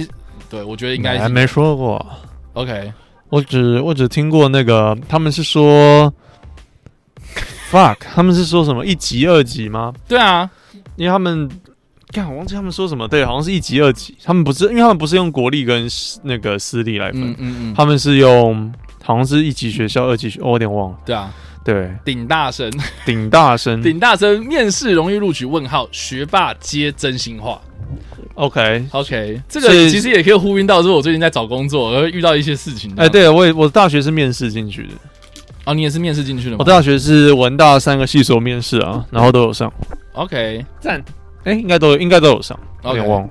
对，我觉得应该
还
是
没说过。
OK。
我只我只听过那个，他们是说 fuck，他们是说什么一级二级吗？
对啊，
因为他们，看我忘记他们说什么，对，好像是一级二级。他们不是，因为他们不是用国立跟私那个私立来分，
嗯嗯嗯，
他们是用好像是一级学校、二级学，哦我有点忘了。
对啊，
对，
顶大生，
顶大生
顶大生面试容易录取？问号，学霸接真心话。
，OK。
OK，这
所
个
以
其实也可以呼应到，就是我最近在找工作，而遇到一些事情。
哎、，对我也我大学是面试进去的，
哦，你也是面试进去的
我
吗
大学是文大三个系所面试
嗯
啊，然后都有上，
？OK，
哎、应该都有，应该都有上，有
OK
点忘了。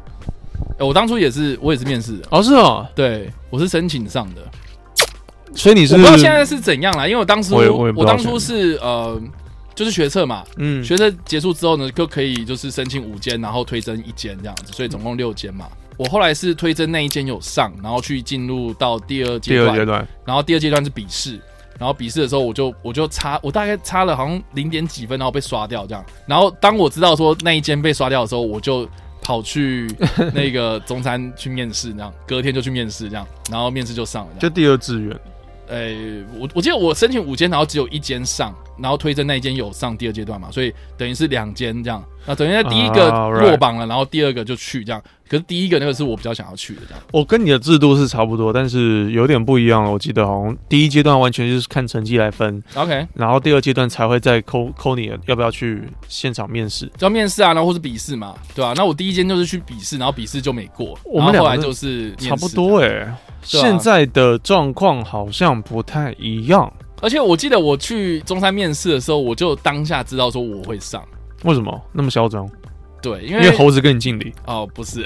哎我当初也是，我也是面试的，
哦，是哦，
对我是申请上的，
所以你
我
是
不知道现在是怎样啦，因为我当初
我也我也不知道
当初是呃，就是学测嘛，
嗯
学测结束之后呢，就可以就是申请五间，然后推甄一间这样子，所以总共六间嘛。我后来是推甄那一间有上，然后去进入到第二
第
阶
二
段
阶，段，
然后第二阶段是笔试，然后笔试的时候我就我就差我大概差了好像零点几分，然后被刷掉这样。然后当我知道说那一间被刷掉的时候，我就跑去那个中山去面试，这样隔天就去面试这样，然后面试就上了这
就
样。
第二志愿。
就呃，我我记得我申请五间，然后只有一间上，然后推荐那一间有上第二阶段嘛，所以等于是两间这样。那等于在第一个
啊，right
落榜了，然后第二个就去这样。可是第一个那个是我比较想要去的这样。
我跟你的制度是差不多，但是有点不一样了。我记得好像第一阶段完全就是看成绩来分，
OK，
然后第二阶段才会再扣
嗯
扣你要不要去现场面试。
要面试啊，然后或是笔试嘛，对啊，那我第一间就是去笔试，然后笔试就没过，
我
然
们
后
两
后
个
来就是面试
差不。多欸诶、
对啊
现在的状况好像不太一样。
而且我记得我去中山面试的时候，我就当下知道说我会上，
为什么那么嚣张？
对，因
因
为
为猴子跟你敬 礼。
哦不是，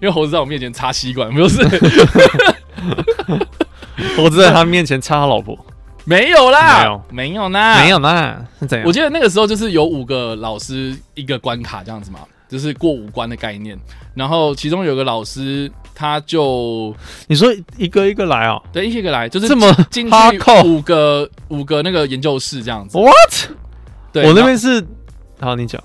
因为猴子在我面前插吸管，不是
猴子在他面前插他老婆，
没有啦，
没有
没有啦，
没有呢？是怎样？
啊我记得那个时候就是有五个老师一个关卡这样子嘛，就是过五关的概念。然后其中有个老师他就
你说一个一个来啊、
对一个一个来，就是
这么
进去
哈扣
五个五个那个研究室这样子。
？What？
对，
我
然
那
后
边是，好，你讲，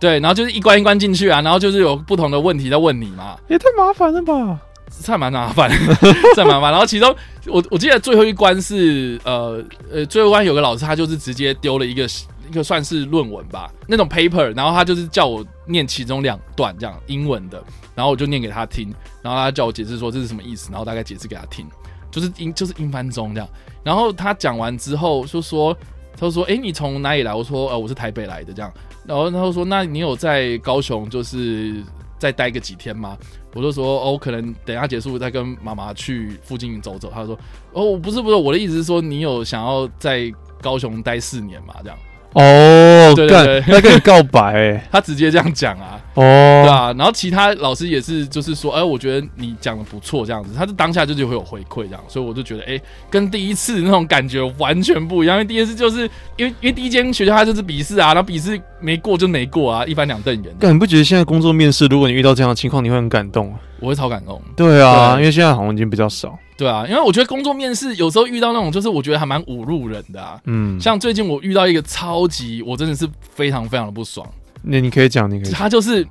对，然后就是一关一关进去啊，然后就是有不同的问题在问你嘛，
也太麻烦了吧？
太蛮麻烦， 太麻烦。然后其中我我记得最后一关是呃呃，最后一关有个老师他就是直接丢了一个一个算是论文吧，那种 paper，然后他就是叫我念其中两段这样英文的，然后我就念给他听，然后他叫我解释说这是什么意思，然后大概解释给他听，就是英就是英翻中这样。然后他讲完之后就说，他就说，诶，你从哪里来？我说，呃，我是台北来的这样。然后他就说，那你有在高雄就是再待个几天吗？我就说，哦，可能等一下结束再跟妈妈去附近走走。他就说，哦，不是不是，我的意思是说你有想要在高雄待四年嘛？这样，
哦，
对对
干，
对
他跟你告白哎、
他直接这样讲啊。对
哦，
啊，然后其他老师也是，就是说，哎、我觉得你讲的不错，这样子，他就当下就是会有回馈这样，所以我就觉得，哎、跟第一次那种感觉完全不一样，因为第一次就是因为因为第一间学校它就是笔试啊，然后笔试没过就没过啊，一翻两瞪眼，
干，你不觉得现在工作面试，如果你遇到这样的情况，你会很感动啊？
我会超感动，
对啊，
对
因为现在好像已经比较少，
对啊，因为我觉得工作面试有时候遇到那种，就是我觉得还蛮侮辱人的啊，
嗯，
像最近我遇到一个超级，我真的是非常非常的不爽。
那你可以讲，你可以讲，
他就是，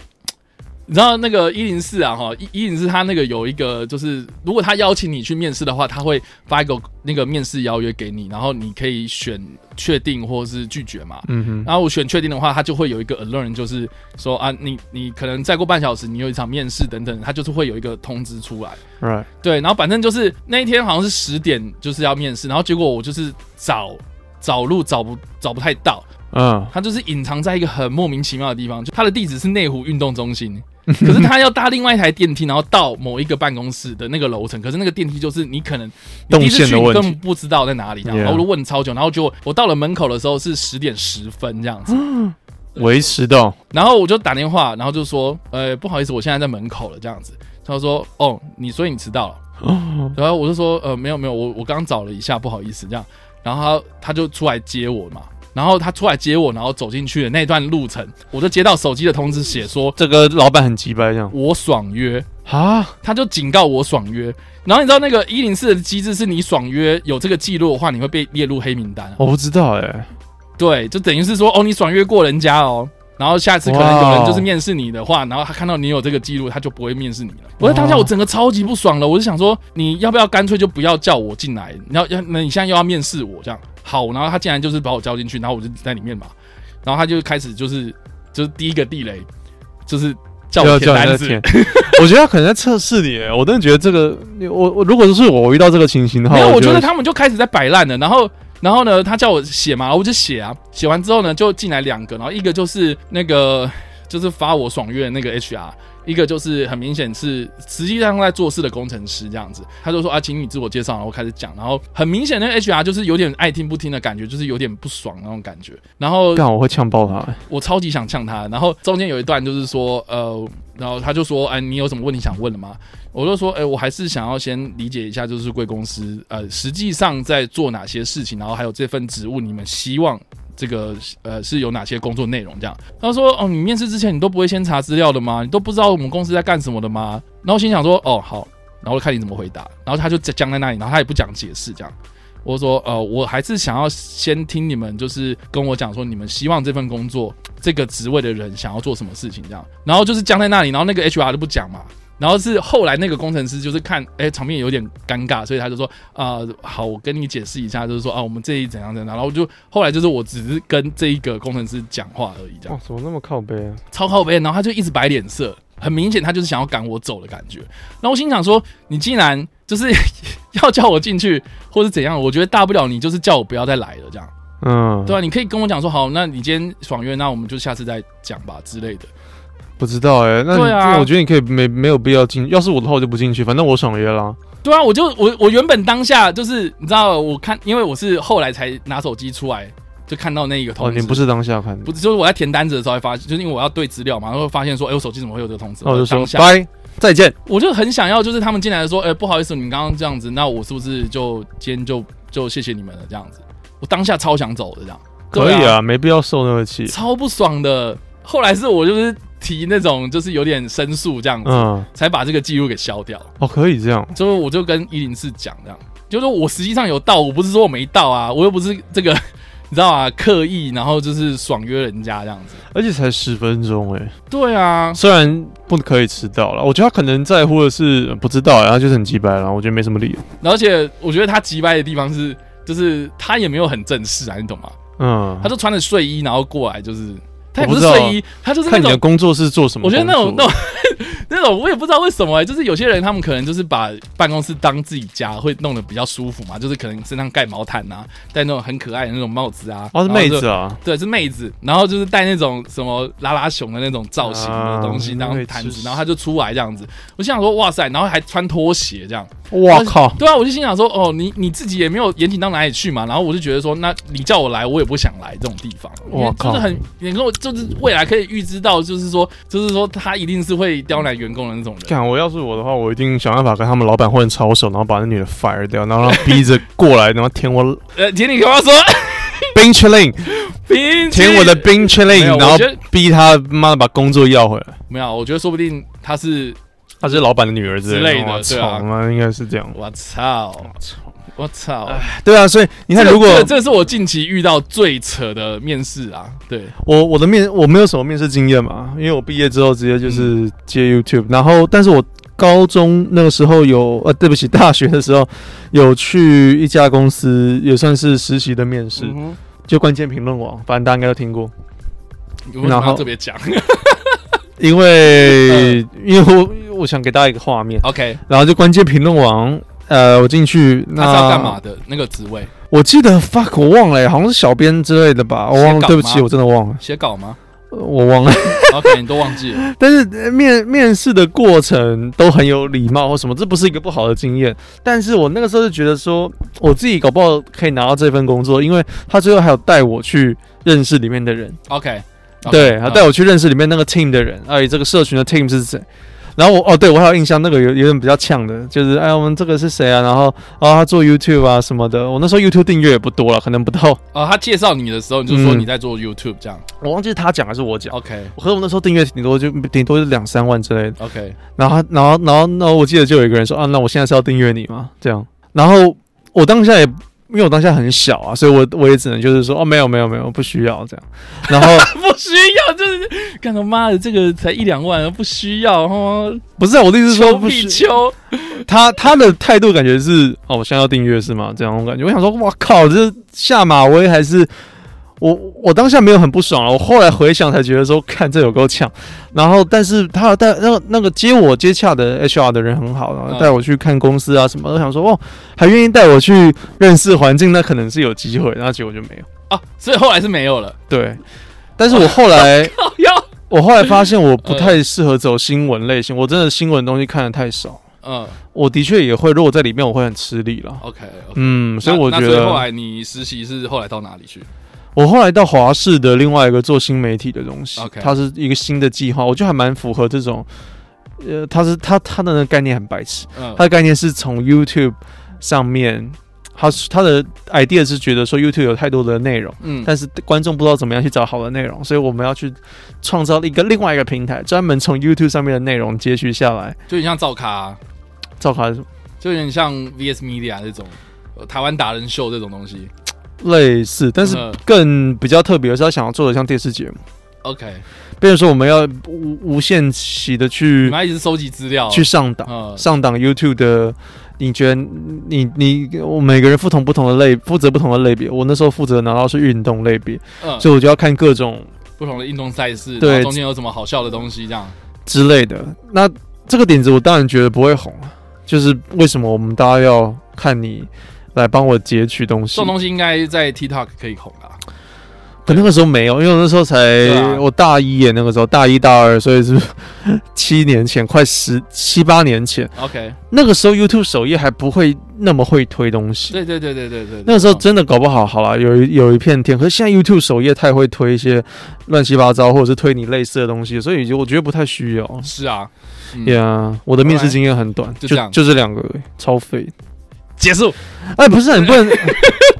你知道那个一零四啊，哈，一一零四他那个有一个，就是如果他邀请你去面试的话，他会发一个那个面试邀约给你，然后你可以选确定或是拒绝嘛。
嗯哼，
然后我选确定的话，他就会有一个 alert，就是说啊，你你可能再过半小时你有一场面试等等，他就是会有一个通知出来。
right，
对，然后反正就是那一天好像是十点就是要面试，然后结果我就是找找路找不找不太到，
嗯，
他就是隐藏在一个很莫名其妙的地方，就他的地址是内湖运动中 心，可是他要搭另外一台电梯，然后到某一个办公室的那个楼层，可是那个电梯就是你可能你第一次
动线
去
的
你
问题
根本不知道在哪里，这样
Yeah
然后我就问超久，然后结果我到了门口的时候是十点十分这样子，
维持到，
然后我就打电话，然后就说，呃，不好意思，我现在在门口了这样子，他说，哦，你所以你迟到了。然后我就说，呃，没有没有，我我刚找了一下，不好意思，这样。然后他他就出来接我嘛，然后他出来接我，然后走进去的那段路程，我就接到手机的通知，写说
这个老板很急掰这样
我爽约，
啊？
他就警告我爽约。然后你知道那个一零四的机制是你爽约有这个记录的话，你会被列入黑名单啊。
我不知道哎、
对，就等于是说哦，你爽约过人家哦。然后下次可能有人就是面试你的话，然后他看到你有这个记录，他就不会面试你了。我在当下我整个超级不爽了，我就想说，你要不要干脆就不要叫我进来？你要要那你现在又要面试我这样好？然后他竟然就是把我叫进去，然后我就在里面嘛，然后他就开始就是就是第一个地雷就是叫我
要
填
叫你
单
在
子
填，我觉得他可能在测试你欸。我真的觉得这个，我我如果是我，我遇到这个情形的话，
没有，我
觉
觉得他们就开始在摆烂了。然后，然后呢，他叫我写嘛，我就写啊。写完之后呢，就进来两个，然后一个就是那个就是发我爽约的那个 HR，一个就是很明显是实际上在做事的工程师这样子。他就说啊，请你自我介绍，然后开始讲，然后很明显那个 HR 就是有点爱听不听的感觉，就是有点不爽那种感觉。然后
干我会呛爆他欸。
我超级想呛他。然后中间有一段就是说，呃，然后他就说，哎，你有什么问题想问的吗？我就说，哎，我还是想要先理解一下，就是贵公司，呃，实际上在做哪些事情，然后还有这份职务，你们希望。这个呃是有哪些工作内容？这样，他说哦，你面试之前你都不会先查资料的吗？你都不知道我们公司在干什么的吗？然后我心想说哦好，然后看你怎么回答。然后他就僵在那里，然后他也不讲解释，这样。我说，呃，我还是想要先听你们，就是跟我讲说，你们希望这份工作、这个职位的人想要做什么事情这样。然后就是僵在那里，然后那个 HR 就不讲嘛。然后是后来那个工程师就是看，哎，场面有点尴尬，所以他就说，啊、好，我跟你解释一下，就是说啊，我们这一怎样怎样。然后我就后来就是我只是跟这一个工程师讲话而已，这样
哇，怎么那么靠背啊？
超靠背。然后他就一直摆脸色，很明显他就是想要赶我走的感觉。然后我心想说，你既然就是 要叫我进去，或是怎样，我觉得大不了你就是叫我不要再来了这样。
嗯，
对啊，你可以跟我讲说好，那你今天爽约，那我们就下次再讲吧之类的。
不知道哎、那你
对啊
这我觉得你可以没没有必要进，要是我的话我就不进去，反正我爽约啦。
对啊，我就我我原本当下就是你知道，我看因为我是后来才拿手机出来就看到那一个
哦，
通知，
你不是当下看的
不，是就是我在填单子的时候才发现，就是因为我要对资料嘛，然后发现说，哎、我手机怎么会有这个通知？
那我哦就说
当下
拜，再见。
我就很想要，就是他们进来说，哎、不好意思，你们刚刚这样子，那我是不是就今天就就谢谢你们了这样子？我当下超想走的这样，
可
对
以啊，没必要受那个气。
超不爽的。后来是我就是提那种就是有点申诉这样子，
嗯，
才把这个记录给消掉。
哦，可以这样。
之后我就跟一零四讲这样，就是说我实际上有到，我不是说我没到啊，我又不是这个 你知道啊，刻意然后就是爽约人家这样子。
而且才十分钟哎、
对啊，
虽然不可以迟到了，我觉得他可能在乎的是呃不知道、欸，他就是很鸡掰啦，我觉得没什么理由。
而且我觉得他急掰的地方是，就是他也没有很正式啊，你懂吗？
嗯，
他就穿着睡衣然后过来，就是他也
我
不
不
是
知道啊
睡衣，他就是那
看你的
种。
工作是做什么
我
工
觉得
作。
那种那种那种，我也不知道为什么、欸，就是有些人他们可能就是把办公室当自己家，会弄得比较舒服嘛，就是可能身上盖毛毯啊，戴那种很可爱的那种帽子啊，
哦是
然后
妹
就
子啊，
对，是妹子，然后就是戴那种什么拉拉熊的那种造型的
啊
东西，然
那
后
会
毯
吃
子，
屎
然后他就出来这样子。我心想说，哇塞，然后还穿拖鞋这样。
哇靠！
对啊，我就心想说，哦，你你自己也没有严谨到哪里去嘛。然后我就觉得说，那你叫我来，我也不想来这种地方，因为
哇
就
靠
是很，你跟我就是未来可以预知到，就是说，就是说他一定是会刁难员工的那种人。
看我要是我的话，我一定想办法跟他们老板混操手，然后把那女的 fire 掉，然后让她逼着过来，然后舔我
呃，请你跟我说，
冰淇淋，
冰淇
舔我的冰淇淋
没有，我
然后
觉得
逼他妈的把工作要回来。
没有，我觉得说不定他是，
她是老板的女儿之
之类的
我
对啊
操，那应该是这样。
我操，我操，
对啊，所以
你
你看，如果
这个这个是我近期遇到最扯的面试啊，对，
我我的面我没有什么面试经验嘛，因为我毕业之后直接就是接 YouTube，、然后但是我高中那个时候有呃，对不起， 大学的时候有去一家公司，也算是实习的面试，
嗯
就关键评论网，反正大家应该都听过，
你为什
然
么要
后
特别讲
因为、
嗯
因为我我想给大家一个画面，
？OK，
然后就关键评论网。呃，我进去，那
他是要干嘛？的？那个职位
我记得 fuck 我忘了、好像是小编之类的吧，我忘
写稿
了，对不起，
吗
我真的忘了，
写稿吗
我忘了。
？OK，你都忘记了，
但是呃面面试的过程都很有礼貌或什么，这不是一个不好的经验。但是我那个时候就觉得说，我自己搞不好可以拿到这份工作，因为他最后还有带我去认识里面的人
OK，
对，还带
我
我去认识里面那个 team 的人，哎，这个社群的 team 是谁。然后我哦，对我还有印象，那个有有点比较呛的，就是哎，我们这个是谁啊？然后哦，他做 YouTube 啊什么的。我那时候 YouTube 订阅也不多了，可能不到，
哦，他介绍你的时候，你就说
嗯
你在做 YouTube 这样。
我忘记是他讲还是我讲。
OK
可是我那时候订阅顶多就顶多就两三万之类的。
OK，
然后他，然后，然后，然后我记得就有一个人说啊，那我现在是要订阅你嘛？这样。然后我当下也，因为我当下很小啊，所以我我也只能就是说哦，没有没有没有，不需要这样。然后。
不需要，就是干他妈的，这个才一两万，不需要哦。
不是、啊，我的意思是说
丘
不
比
是
丘，
他他的态度感觉是哦，我现在要订阅是吗？这样我感觉，我想说，哇靠，这下马威还是我我当下没有很不爽啊，我后来回想才觉得说，看这有够呛。然后，但是他带那那个接我接洽的 HR 的人很好，然后
嗯
带我去看公司啊什么，我想说哦，还愿意带我去认识环境，那可能是有机会，然后结果就没有。
啊，所以后来是没有了。
对，但是我后来。
靠腰，
我后来发现我不太适合走新闻类型，我真的新闻东西看的太少。
嗯
我的确也会，如果在里面我会很吃力了。
，OK，, o k
嗯，所以我觉
那所以后
得
来你实习是后来到哪里去？
我后来到华视的另外一个做新媒体的东西
OK
它是一个新的计划，我觉得还蛮符合这种，呃，它是它它的那个概念很白痴，
嗯
它的概念是从 YouTube 上面，它它的 idea 是觉得说 YouTube 有太多的内容。
嗯
但是观众不知道怎么样去找好的内容，所以我们要去创造一个另外一个平台，专门从 YouTube 上面的内容截取下来，
就有点像造咖、
造卡
就有点像 VS Media 这种、呃台湾达人秀这种东西。
类似，但是
嗯
更比较特别的是，他想要做的像电视节目。
OK，
变成说我们要无无限期的
你
去
们要一直收集资料，
去上档，
嗯
上档 YouTube 的。你觉得你你我每个人负同不同的类，负责不同的类别。我那时候负责拿到是运动类别，
嗯，
所以我就要看各种
不同的运动赛事，
对
然后中间有什么好笑的东西这样。
之类的。那这个点子我当然觉得不会红啊，就是为什么我们大家要看你来帮我截取东
这
西
种？东西应该在 TikTok 可以红啊啦。
可那个时候没有，因为我那时候才、
啊
我大一耶，那个时候大一大二，所以是 七年前，快十七八年前。
OK，
那个时候 YouTube 首页还不会那么会推东西，
对对对对对对，对
那个时候真的搞不好，好啦，有一有一片天。可是现在 YouTube 首页太会推一些乱七八糟，或者是推你类似的东西，所以我觉得不太需要。
是啊，嗯
呀，我的面试经验很短，
就
就
这样
就这两个而已，超废。
结束，
哎，不是，你不 能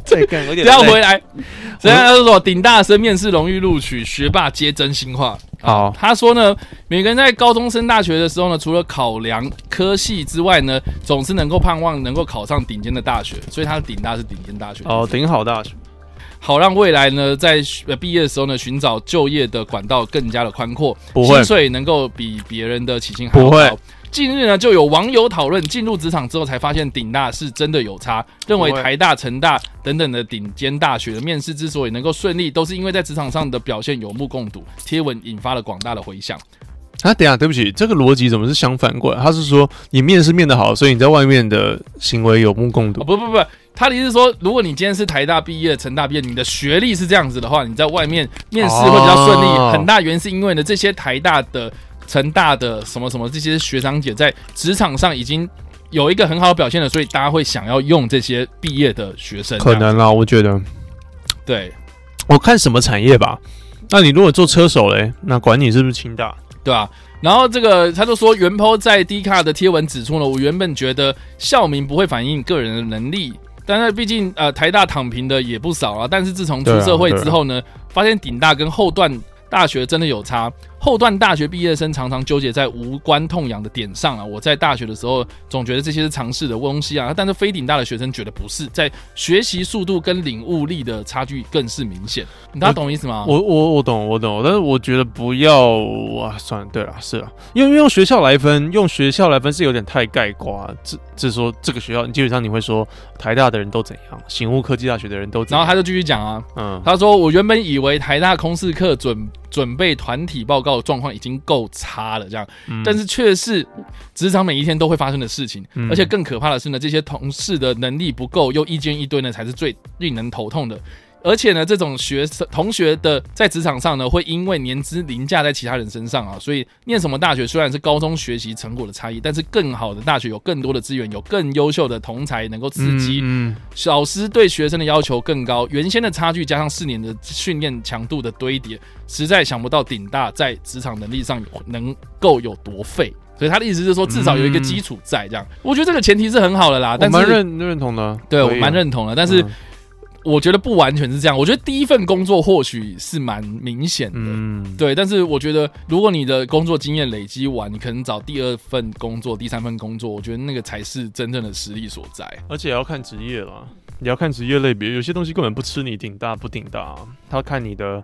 再干，有
不
点
要回来。
嗯
所以他就说，顶大生面试荣誉录取，学霸皆真心话。
好
他说呢，每个人在高中升大学的时候呢，除了考量科系之外呢，总是能够盼望能够考上顶尖的大学，所以他的顶大是顶尖大学，
哦，顶好大学。
好让未来呢在呃毕业的时候呢，寻找就业的管道更加的宽阔，
不会
薪水能够比别人的起薪还要
不会
高。近日呢，就有网友讨论，进入职场之后才发现顶大是真的有差，认为
不会
台大、成大等等的顶尖大学的面试之所以能够顺利，都是因为在职场上的表现有目共睹。贴文引发了广大的回响。
啊，等一下，对不起，这个逻辑怎么是相反过来？他是说你面试面的好，所以你在外面的行为有目共睹
哦，。不不不，他的意思是说，如果你今天是台大毕业、成大毕业，你的学历是这样子的话，你在外面面试会比较顺利。
哦
很大原因是因为呢，这些台大的、成大的什么什么这些学长姐在职场上已经有一个很好的表现了，所以大家会想要用这些毕业的学生这
可
样。
能啦，我觉得。
对
我看什么产业吧。那你如果做车手嘞，那管你是不是清大，
对啊。然后这个他就说，原 po 在 D 卡的贴文指出呢，我原本觉得校名不会反映个人的能力，但是毕竟呃台大躺平的也不少啊。但是自从出
对啊
社会
对啊
之后呢，发现顶大跟后段大学真的有差。后段大学毕业生常常纠结在无关痛痒的点上啊。我在大学的时候总觉得这些是尝试的东西啊，但是非顶大的学生觉得不是，在学习速度跟领悟力的差距更是明显。你大家懂我意思吗？
我我我懂我懂，但是我觉得不要啊，算了，对了，是啊，因为用学校来分，用学校来分是有点太概括，啊这这说这个学校，基本上你会说台大的人都怎样，醒悟科技大学的人都怎
然后
样，
他就继续讲啊，
嗯，
他说：“我原本以为台大空四课准准备团体报告的状况已经够差了，这样，
嗯
但是却是职场每一天都会发生的事情。
嗯
而且更可怕的是呢，这些同事的能力不够，又意见一堆呢，才是最令人头痛的。而且呢，这种学生同学的在职场上呢，会因为年资凌驾在其他人身上啊，所以念什么大学虽然是高中学习成果的差异，但是更好的大学有更多的资源，有更优秀的同才能够刺激。
嗯，
老师对学生的要求更高，原先的差距加上四年的训练强度的堆叠，实在想不到顶大在职场能力上有能够有多废。所以他的意思是说，至少有一个
嗯
基础在这样。我觉得这个前提是很好的啦，
我
但
蛮
是
认认同的，
对我
可以啊
蛮，认同的，但是
嗯
我觉得不完全是这样。我觉得第一份工作或许是蛮明显的，
嗯，
对，但是我觉得，如果你的工作经验累积完，你可能找第二份工作、第三份工作，我觉得那个才是真正的实力所在。
而且也要看职业啦，也要看职业类别，有些东西根本不吃你顶大不顶大啊，他看你的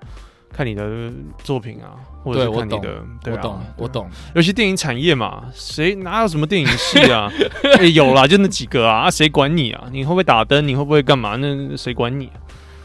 看你的作品啊，或者
对
是
我
看你
懂
的，对
我
啊
懂，我，懂。
对尤其电影产业嘛，谁哪有什么电影系啊？ 哎有啦，就那几个啊，啊谁管你啊？你会不会打灯？你会不会干嘛？那谁管你啊？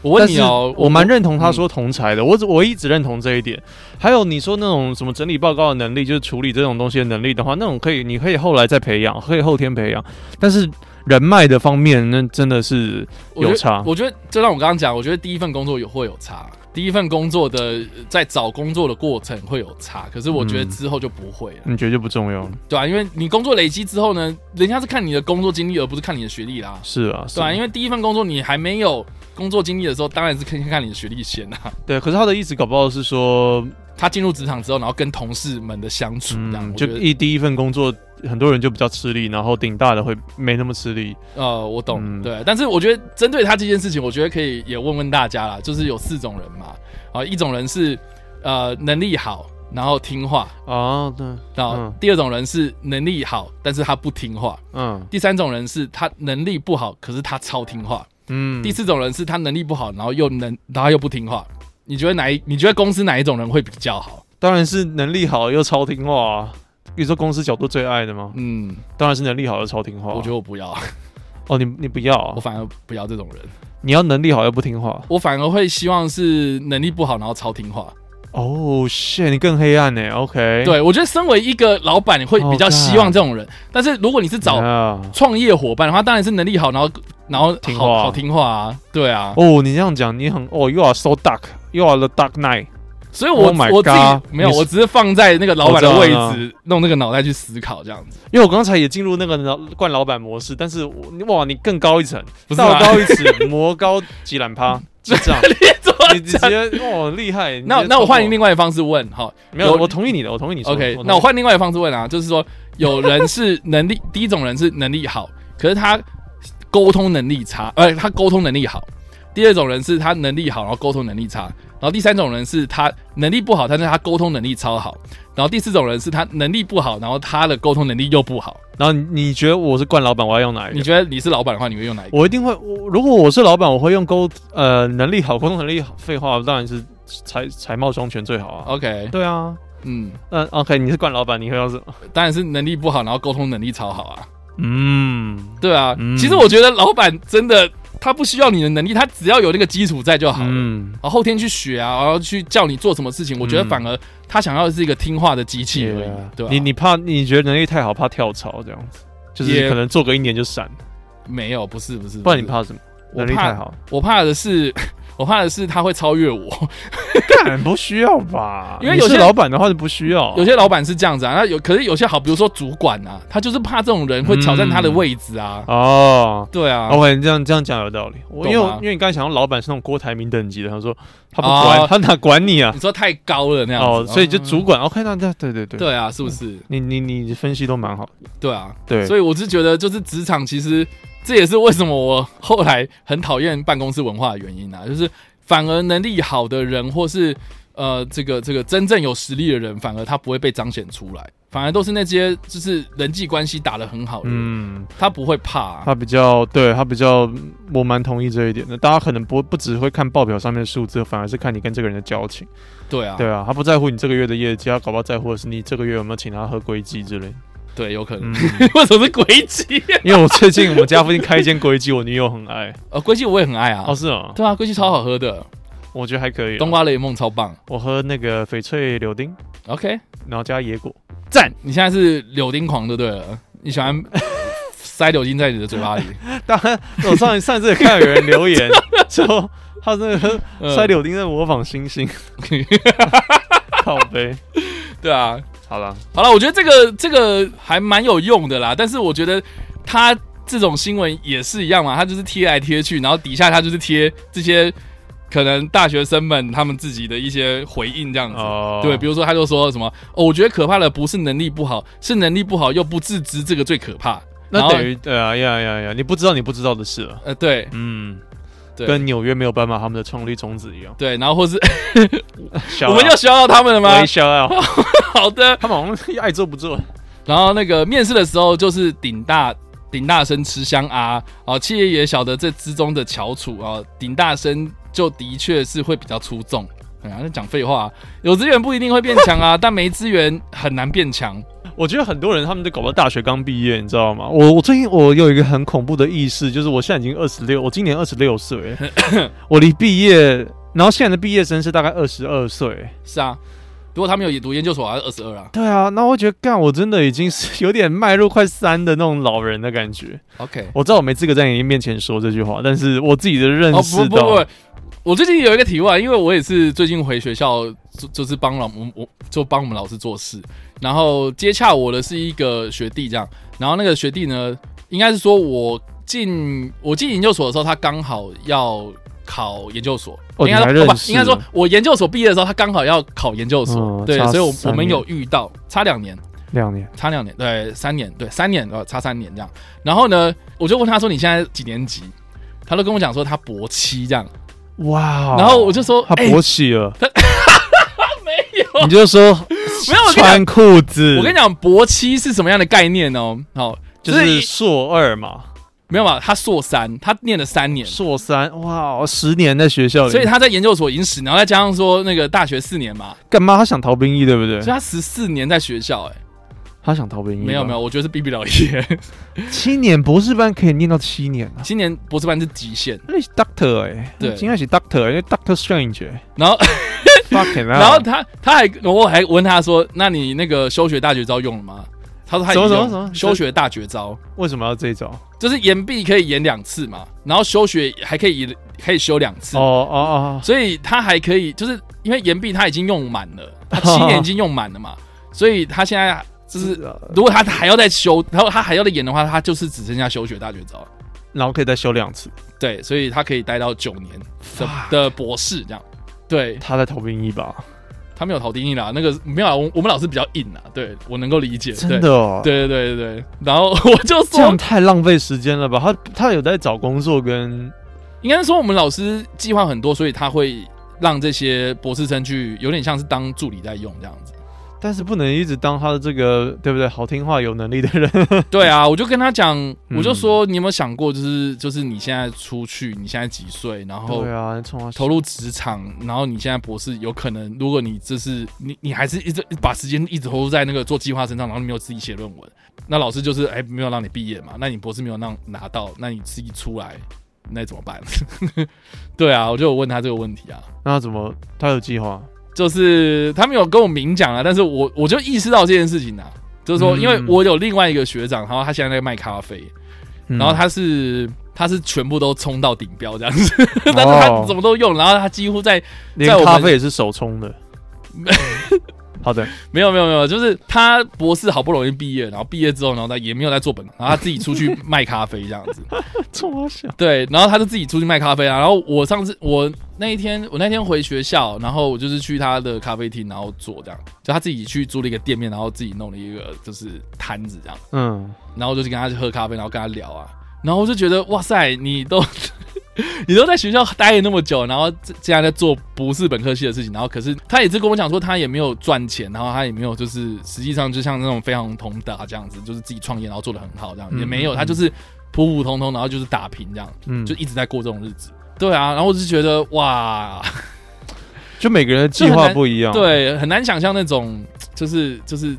我问你哦
但，是我蛮认同他说同才的，我只我一直认同这一点。还有你说那种什么整理报告的能力，就是处理这种东西的能力的话，那种可以，你可以后来再培养，可以后天培养。但是人脉的方面，那真的是
我觉得
有差
我觉得就像我刚刚讲，我觉得第一份工作有会有差，第一份工作的呃在找工作的过程会有差，可是我觉得
嗯
之后就不会了，
你觉得就不重要了。
对啊，因为你工作累积之后呢，人家是看你的工作经历，而不是看你的学历啦。
是啊，是
对啊，因
为
为第一份工作你还没有工作经历的时候，当然是看看你的学历先啊。
对。可是他的意思搞不好是说，
他进入职场之后，然后跟同事们的相处这样，
嗯，
我
就
觉得
一第一份工作，很多人就比较吃力，然后顶大的会没那么吃力。
呃，我懂，
嗯
对。但是我觉得针对他这件事情，我觉得可以也问问大家啦，就是有四种人嘛，啊、一种人是呃能力好，然后听话，
啊，对，
然后
嗯
第二种人是能力好，但是他不听话，
嗯
第三种人是他能力不好，可是他超听话，
嗯，
第四种人是他能力不好，然后又能，然后又不听话。你觉得哪一？你觉得公司哪一种人会比较好？
当然是能力好又超听话啊。你说公司角度最爱的吗？
嗯，
当然是能力好又超听话啊。
我觉得我不要，
哦，你你不要啊、
我反而不要这种人。
你要能力好又不听话。
我反而会希望是能力不好，然后超听话。
哦、shit，你更黑暗呢。OK，
对我觉得身为一个老板，你会比较希望这种人。但是如果你是找
啊
创业伙伴的话，当然是能力好，然后然后
听
好
话
好听话啊，对啊。
哦，你这样讲，你很哦、y o u are so dark，you are the dark knight。
所以我
Oh my
我自
God，
己没有，
你是
我只是放在那个老板的
我
位
知道了
置，弄那个脑袋去思考这样子。
因为我刚才也进入那个老惯老板模式，但是我哇，你更高一层，
不是啊
道
吗
高一尺，魔高几 懒趴，智障，
怎么
你直
讲
接哦厉害。
那那我换另外一方式问，好
没有，
有
我同意你的，我同意你说的。
，OK，
同意
那我换另外一方式问啊， 就是说有人是能力，第一种人是能力好，可是他沟通能力差，呃，他沟通能力好；第二种人是他能力好，然后沟通能力差；然后第三种人是他能力不好，但是他沟通能力超好；然后第四种人是他能力不好，然后他的沟通能力又不好。
然后你你觉得我是惯老板，我要用哪一个
你？觉得你是老板的话，你会用哪一个？
我一定会，我如果我是老板，我会用沟呃能力好，沟通能力好，废话当然是财财貌双全最好啊。
OK，
对啊，
嗯，
那 OK，你是惯老板，你会要是
当然是能力不好，然后沟通能力超好啊。
嗯
对啊，
嗯
其实我觉得老板真的他不需要你的能力，他只要有那个基础在就好了。
嗯，
然后后天去学啊，然后去叫你做什么事情，我觉得
嗯
反而他想要的是一个听话的机器而已
Yeah，
对啊吧、
你你怕你觉得能力太好，怕跳槽这样子，就
也
是可能做个一年就闪，
没有，不是不是，
不然你
是？
怕什么？
我
能力太
怕，
好，
我怕的是， 我怕的是他会超越我。
干不需要吧？
因为
你
有些
是老板的话就不需要，
有些老板是这样子啊，那有可是有些好，比如说主管啊，他就是怕这种人会挑战他的位置啊。
嗯哦。啊
对啊，
OK，你这样这样讲有道理。我
懂
因为我
吗
因为你刚才想到老板是那种郭台铭等级的，他说他不
哦
管、他哪管你啊
你？说太高了那样子，
哦，所以就主
嗯、
管。OK，那那对对对，
对啊，是不是？
你你你分析都蛮好的。
对啊，
对
所以我是觉得，就是职场其实这也是为什么我后来很讨厌办公室文化的原因啊，就是反而能力好的人，或是呃这个这个真正有实力的人，反而他不会被彰显出来，反而都是那些就是人际关系打得很好的人，
嗯，
他不会怕啊、
他比较对他比较，我蛮同意这一点的。大家可能不不只会看报表上面的数字，反而是看你跟这个人的交情。
对啊，
对啊，他不在乎你这个月的业绩，他搞不好在乎的是你这个月有没有请他喝龟鸡之类。
对有可能。
嗯，
为什么是鬼啊姬？
因为我最近我们家附近开一间龟鸡，我女友很爱。
呃，龟姬我也很爱啊。
哦，是哦，
对啊，龟姬超好喝的，
我觉得还可以啊。
冬瓜雷梦超棒。
我喝那个翡翠柳丁，
OK，
然后加野果。
赞！你现在是柳丁狂就对了，你喜欢塞柳丁在你的嘴巴 里。
当然，我上一上一次也看到有人 留言说他那个
嗯
塞柳丁在模仿 星星，靠背。
对啊，
好了，
好了，我觉得这个这个还蛮有用的啦，但是我觉得他这种新闻也是一样嘛，他就是贴来贴去，然后底下他就是贴这些可能大学生们他们自己的一些回应这样子。
哦，
嗯对，比如说他就说什么哦，我觉得可怕的不是能力不好，是能力不好又不自知，这个最可怕。然
那
后
等于对啊呀呀呀，你不知道你不知道的事了，
呃，对
嗯，
对
跟纽约没有办法他们的创立宗旨一样。
对，然后或是
Shout
我们
out
要需要他们了吗
微？笑啊，
好的。
他们好像爱做不做。
然后那个面试的时候就是顶大顶大声吃香啊，哦，企业也晓得这之中的翘楚啊，顶大声就的确是会比较出众。哎呀，那讲废话啊、有资源不一定会变强啊，但没资源很难变强。
我觉得很多人他们都搞到大学刚毕业，你知道吗？我我最近我有一个很恐怖的意识，就是我现在已经二十六，我今年二十六岁 了，我离毕业，然后现在的毕业生是大概二十二岁。
是啊，如果他们有读研究所，还是二十二啊。
对啊，那我觉得干，我真的已经是有点迈入快三的那种老人的感觉。
OK，
我知道我没资格在你面前说这句话，但是我自己的认
哦
识
不不
到，
不，我最近有一个题外，因为我也是最近回学校，就就是帮老我我就帮我们老师做事，然后接洽我的是一个学弟这样，然后那个学弟呢，应该是说我进我进研究所的时候，他刚好要考研究所，
哦
应该
你
说
还认
不
识
应该说我研究所毕业的时候，他刚好要考研究所，
嗯
对，
差
所以我我
三
们
年
有遇到差两年。
两年
差两年，对，三年，对，三年，呃，差三年这样。然后呢，我就问他说你现在几年级？他都跟我讲说他博七这样，
哇哦
然后我就说
他
哎
勃起了，
没有，
你就说
没有我跟你讲
穿裤子，
我跟你讲，博七是什么样的概念哦？好，
就
就是是
硕二嘛，
没有嘛，他硕三，他念了三年，
硕三，哇，哦十年在学校里，
所以他在研究所已经十年，然后再加上说那个大学四年嘛，
干嘛？他想逃兵役对不对
所以？他十四年在学校、哎，
他想逃兵役，
没有没有，，我觉得是毕不了业，
七年博士班可以念到七年啊。
今年博士班是极限。
那是 Doctor 哎、
对
今天是 Doctor，因为 Doctor Strange，哎、
然后
fucking，
然后他他还我还问他说，那你那个休学大绝招用了吗？他说他已经
什么
用
什么什么
休学大绝招。
为什么要这一招？哦
就是延毕可以延两次嘛，然后休学还可以延可以休两次，
哦哦，
所以他还可以，就是因为延毕他已经用满 了，他七年已经用满了嘛，所以他现在 就是
呃
如果他还要再休，然后他还要再延的话，他就是只剩下休学大绝招，
然后可以再修两次。
对，所以他可以待到九年的
Fuck
的博士这样。对
他在逃兵役吧？
他没有逃定义啦，那个没有啊，我我们老师比较硬啊，对我能够理解，
真的哦，，
对，对对对对。然后 我就
这样
说，
太浪费时间了吧？他他有在找工作跟
应该说我们老师计划很多，所以他会让这些博士生去有点像是当助理在用这样 子。
但是不能一直当他的这个对不对？好听话、有能力的人，
对啊，我就跟他讲，
嗯
我就说你有没有想过，就是就是你现在出去，你现在几岁，然后
对啊，冲他
投入职场，然后你现在博士有可能，如果你这是你你还是一直把时间一直投入在那个做计划身上，然后你没有自己写论文，那老师就是哎没有让你毕业嘛，那你博士没有让拿到，那你自己出来。那怎么办？ 对啊，我就有问他这个问题啊。
那他怎么？他有计划？
就是他们有跟我明讲啊了，但是我我就意识到这件事情啊，就是说，
嗯
因为我有另外一个学长，然后他现在在卖咖啡，
嗯
然后他是他是全部都冲到顶标这样子，
哦
但是 他怎么都用，然后他几乎在
连
在我们
咖啡也是手 冲的。好的，
没有没有没有，就是他博士好不容易毕业，然后毕业之后，然后他也没有在做本行，然后他自己出去卖咖啡这样 子，啊
冲小
对，然后他就自己出去卖咖啡啊。然后我上次我那一天我那天回学校，然后我就是去他的咖啡厅，然后做这样，就他自己去租了一个店面，然后自己弄了一个就是摊子这样，
嗯，
然后我就去跟他去喝咖啡，然后跟他聊啊，然后我就觉得哇塞，你都 你都在学校待了那么久，然后这现在在做不是本科系的事情，然后可是他也是跟我讲说他也没有赚钱，然后他也没有就是实际上就像那种非常同达这样子，就是自己创业然后做的很好这样，
嗯
也没有，
嗯
他就是普普通通，然后就是打拼这样。
嗯，
就
就
一直在过这种日子。对啊，然后我就觉得哇，
就每个人的计
就很
划
难
不一样。，
对，很难想象那种就是就是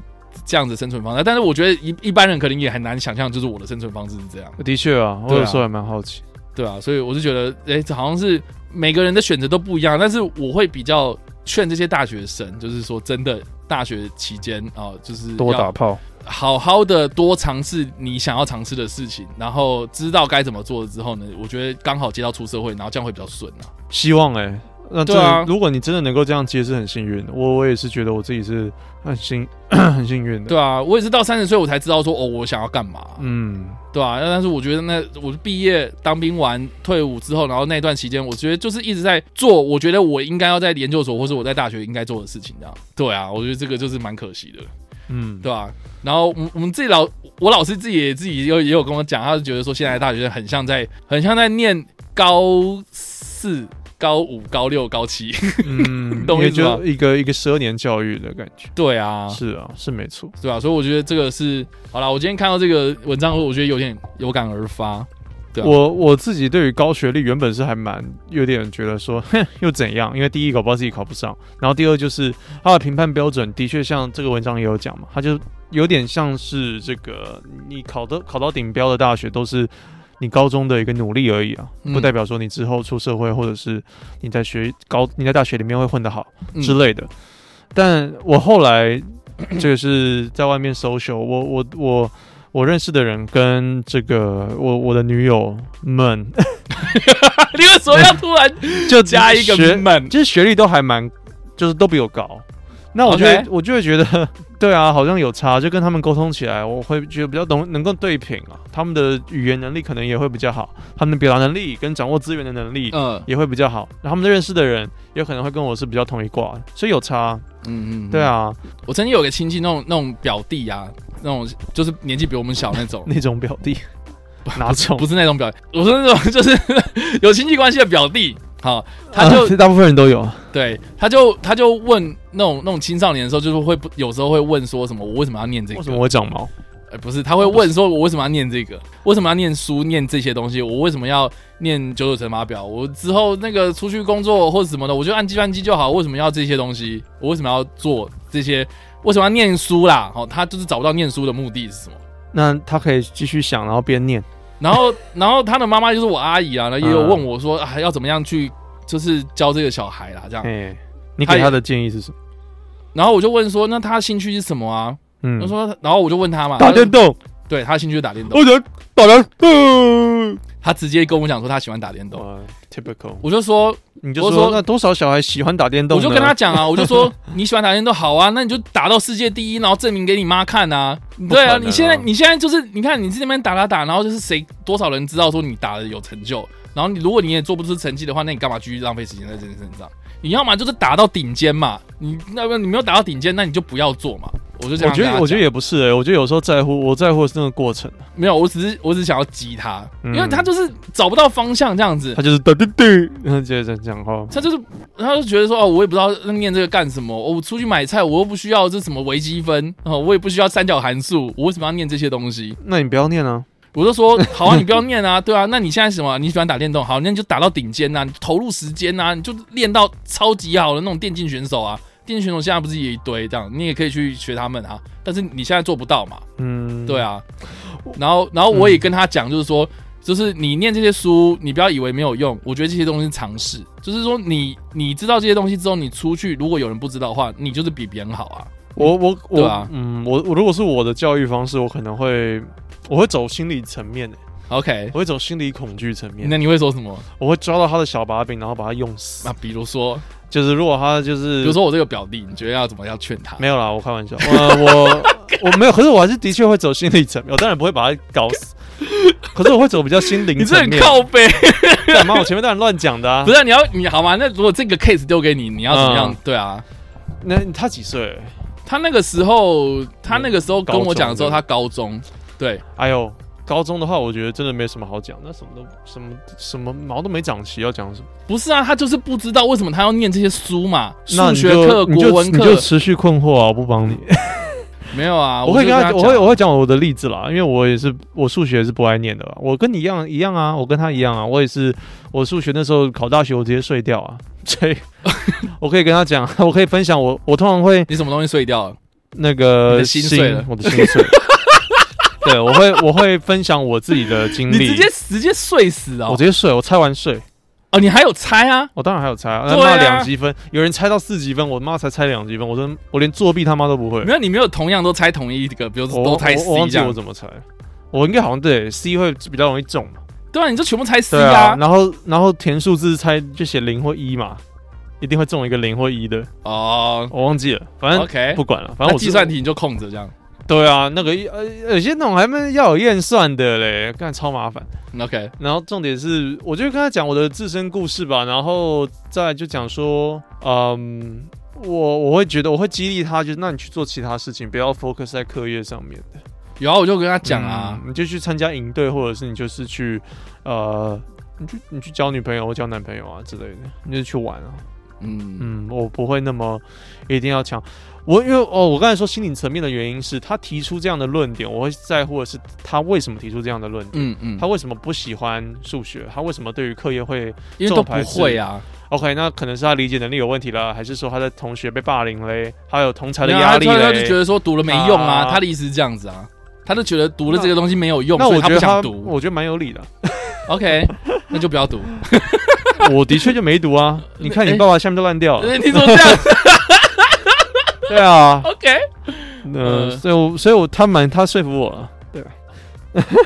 这样子的生存方式。但是我觉得一一般人可能也很难想象，就是我的生存方式是这样。
的确啊，我
对啊
有时候还蛮好奇。
对啊，所以我就觉得，哎、这好像是每个人的选择都不一样。但是我会比较劝这些大学生，就是说真的，大学期间啊、就是
多
要
打炮，
好好的多尝试你想要尝试的事情，然后知道该怎么做之后呢，我觉得刚好接到出社会，然后这样会比较顺啊。
希望哎、那这
对啊
如果你真的能够这样接，是很幸运的。我我也是觉得我自己是很幸 很幸运的。
对啊，我也是到三十岁我才知道说哦，我想要干嘛，
嗯，
对啊，但是我觉得那我毕业当兵完退伍之后，然后那段期间，我觉得就是一直在做，我觉得我应该要在研究所或者我在大学应该做的事情，这样。对啊，我觉得这个就是蛮可惜的。
嗯，
对啊，然后我们我们自己老我老师自己也自己也有也有跟我讲，他就觉得说现在的大学生很像在很像在念高四、高五、高六、高七。
嗯，
懂我
也
意思吗
就一个一个十二年教育的感觉。
对啊，
是啊，是没错。
对啊，所以我觉得这个是好啦，我今天看到这个文章后，我觉得有点有感而发。对啊
我我自己对于高学历原本是还蛮有点觉得说， 哼，又怎样？因为第一，搞不好自己考不上；然后第二，就是他的评判标准的确像这个文章也有讲嘛，他就有点像是这个你考的考到顶标的大学都是你高中的一个努力而已啊，
嗯
不代表说你之后出社会或者是你在学高你在大学里面会混得好
嗯
之类的。但我后来这个是在外面 social，我我我我认识的人跟这个我我的女友 们，
你为什么要突 然
就
加一个
学，
们？
就是学历都还蛮，就是都比我高。那我就会
OK
我就会觉得， 对啊，好像有差，就跟他们沟通起来，我会觉得比较懂，能够对品啊，他们的语言能力可能也会比较好，他们的表达能力跟掌握资源的能力
嗯
也会比较好，然后他们认识的人也可能会跟我是比较同一挂，所以有差，
嗯嗯，
对，啊，
我曾经有个亲戚，那种那种表弟啊，那种就是年纪比我们小那种，
那种表弟， 哪种
不？是那种表弟，我说那种就是 有亲戚关系的表弟。好，他就
啊 大部分人都有，
对，他就他就问那种那种青少年的时候，就是会不有时候会问说什么我为什么要念这个？
为什么会长毛？
呃不是，他会问说我为什么要念这个？为什么要念书？念这些东西？我为什么要念九九乘法表？我之后那个出去工作或者什么的，我就按计算机就好。为什么要这些东西？我为什么要做这些？为什么要念书啦？哦，他就是找不到念书的目的是什么。
那他可以继续想，然后边念。
然后，然后他的妈妈就是我阿姨啊，然后也
嗯
有问我说、啊，要怎么样去就是教这个小孩啦，这样。
哎，你
他
给
也
他的建议是什么？
然后我就问说，那他兴趣是什么啊？
嗯
他说，然后我就问他嘛，他
打
就
电动，
对他兴趣是打电动，
我想打电动。
他直接跟我讲说他喜欢打电动，
哇 typical，
我就说，
你就
我
说
说
那多少小孩喜欢打电动
我
呢？
就跟他讲啊，我 就说你喜欢打电动好啊，那你就打到世界第一，然后证明给你妈看啊。
不
对
可
啊，
能
你现在你现在就是你看你这边打打打，然后就是谁多少人知道说你打的有成就，然后你如果你也做不出成绩的话，那你干嘛继续浪费时间在这件事情上？你要么就是打到顶尖嘛，你那不你没有打到顶尖，那你就不要做嘛。我就这
我
样
觉
跟他讲，
得我觉得也不是哎，我觉得有时候在乎我在乎的是那个过程，
没有，我只是我只是想要激他，
嗯
因为他就是找不到方向这样子
他，就是打电动，然后接着讲话。
他就是他就觉得说哦，我也不知道念这个干什么、哦我出去买菜我又不需要这什么微积分哦，我也不需要三角函数，我为什么要念这些东西？
那你不要念啊，
我就说好啊，你不要念啊，对啊，那你现在什么？你喜欢打电动，好，那你就打到顶尖呐、啊你投入时间呐、啊你就练到超级好的那种电竞选手啊。电竞选手现在不是也一堆这样，你也可以去学他们啊，但是你现在做不到嘛。
嗯，
对，啊，然后然后我也跟他讲，就是说，就是你念这些书，你不要以为没有用。我觉得这些东西是常识，就是说你你知道这些东西之后，你出去如果有人不知道的话，你就是比别人好啊。
我我
对
我
啊，
嗯，我我如果是我的教育方式，我可能会我会走心理层面的，
OK，
我会走心理恐惧层面
那，你会说什么？
我会抓到他的小把柄，然后把他用死
那。比如说，
就是如果他就是
比如说我这个表弟，你觉得要怎么样劝他？
没有啦，我开 玩笑，呃、我我没有，可是我还是的确会走心理层面，我当然不会把他搞 死，可是我会走比较心灵
你这
层
很
面。
靠背，
干嘛？我前面当然乱讲的啊
不。是啊、你要你好吗？那如果这个 case 丢给你，你要怎么样？
嗯
对啊，
那他几岁？
他那个时候，他那个时候跟
高
我
中
讲的时候，
对
他高中，对，
哎呦，高中的话，我觉得真的没什么好讲，那什么都什么什么毛都没长齐，要讲什么？
不是啊，他就是不知道为什么他要念这些书嘛，
那
数
你
学
就
课、
你
国
就
文
你就
课
持续困惑啊！我不帮你，
没有啊。
我会
就
跟他，
讲
我会我会讲我的例子啦，因为我也是我数学也是不爱念的啊，我跟你一样一样啊，我跟他一样啊，我也是我数学那时候考大学我直接睡掉啊， 所以我可以跟他讲， 我可以分享我我通常会
你什么东西碎
嗯
掉了？
那
你
个
的心碎了
我的 心碎，对我会我会分享我自己的经
你
历，
直接直接碎死哦
我！直接睡，我猜完睡，
哦，你还有猜啊？
我当然还有猜啊，
对啊
骂两积分，有人猜到四积分，我妈才猜两积分，我真我连作弊他妈都不会
没，有，你没有同样都猜同一个，比如
我
说都猜
我我
C
忘记
这
我
样。
怎么猜，我应该好像对 C 会比较容易中嘛，
对啊，你就全部猜 C
对啊，
啊。
然后然后填数字猜就写零或一嘛，一定会中一个零或一的，
哦
我忘记了，反正
，OK，
不管了，反
那
正我是
计算题你就空着这样
对啊，那个一呃有些那种还没要有验算的嘞，干超麻烦。
，OK，
然后重点是，我就跟他讲我的自身故事吧，然后再来就讲说，嗯，我我会觉得我会激励他，就是那你去做其他事情，不要 focus 在课业上面。
有啊，我就跟他讲啊，
嗯你就去参加营队，或者是你就是去呃，你去你去交女朋友或交男朋友啊之类的，你就去玩啊。
嗯
嗯，我不会那么一定要强。我因为哦，我刚才说心理层面的原因是他提出这样的论点，我会在乎的是他为什么提出这样的论点，
嗯嗯
他，为什么不喜欢数学，他为什么对于课业会
因为都不会啊，
OK？那可能是他理解能力有问题了，还是说他的同学被霸凌嘞，还有同才
没
的
有
压
啊
力
他他就觉
嘞？
得说读了没用啊，
啊
他的意思是这样子啊，他就觉得读了这个东西没有用，
那
所以
我觉
不
得他，
想读
我觉得蛮有理的。
，OK，那就不要读。
我的确就没读 啊，你看你
哎
爸爸下面都烂掉了。
你怎么这 样
对啊，
？OK，呃
嗯，所以我所以我他蛮他说服我了。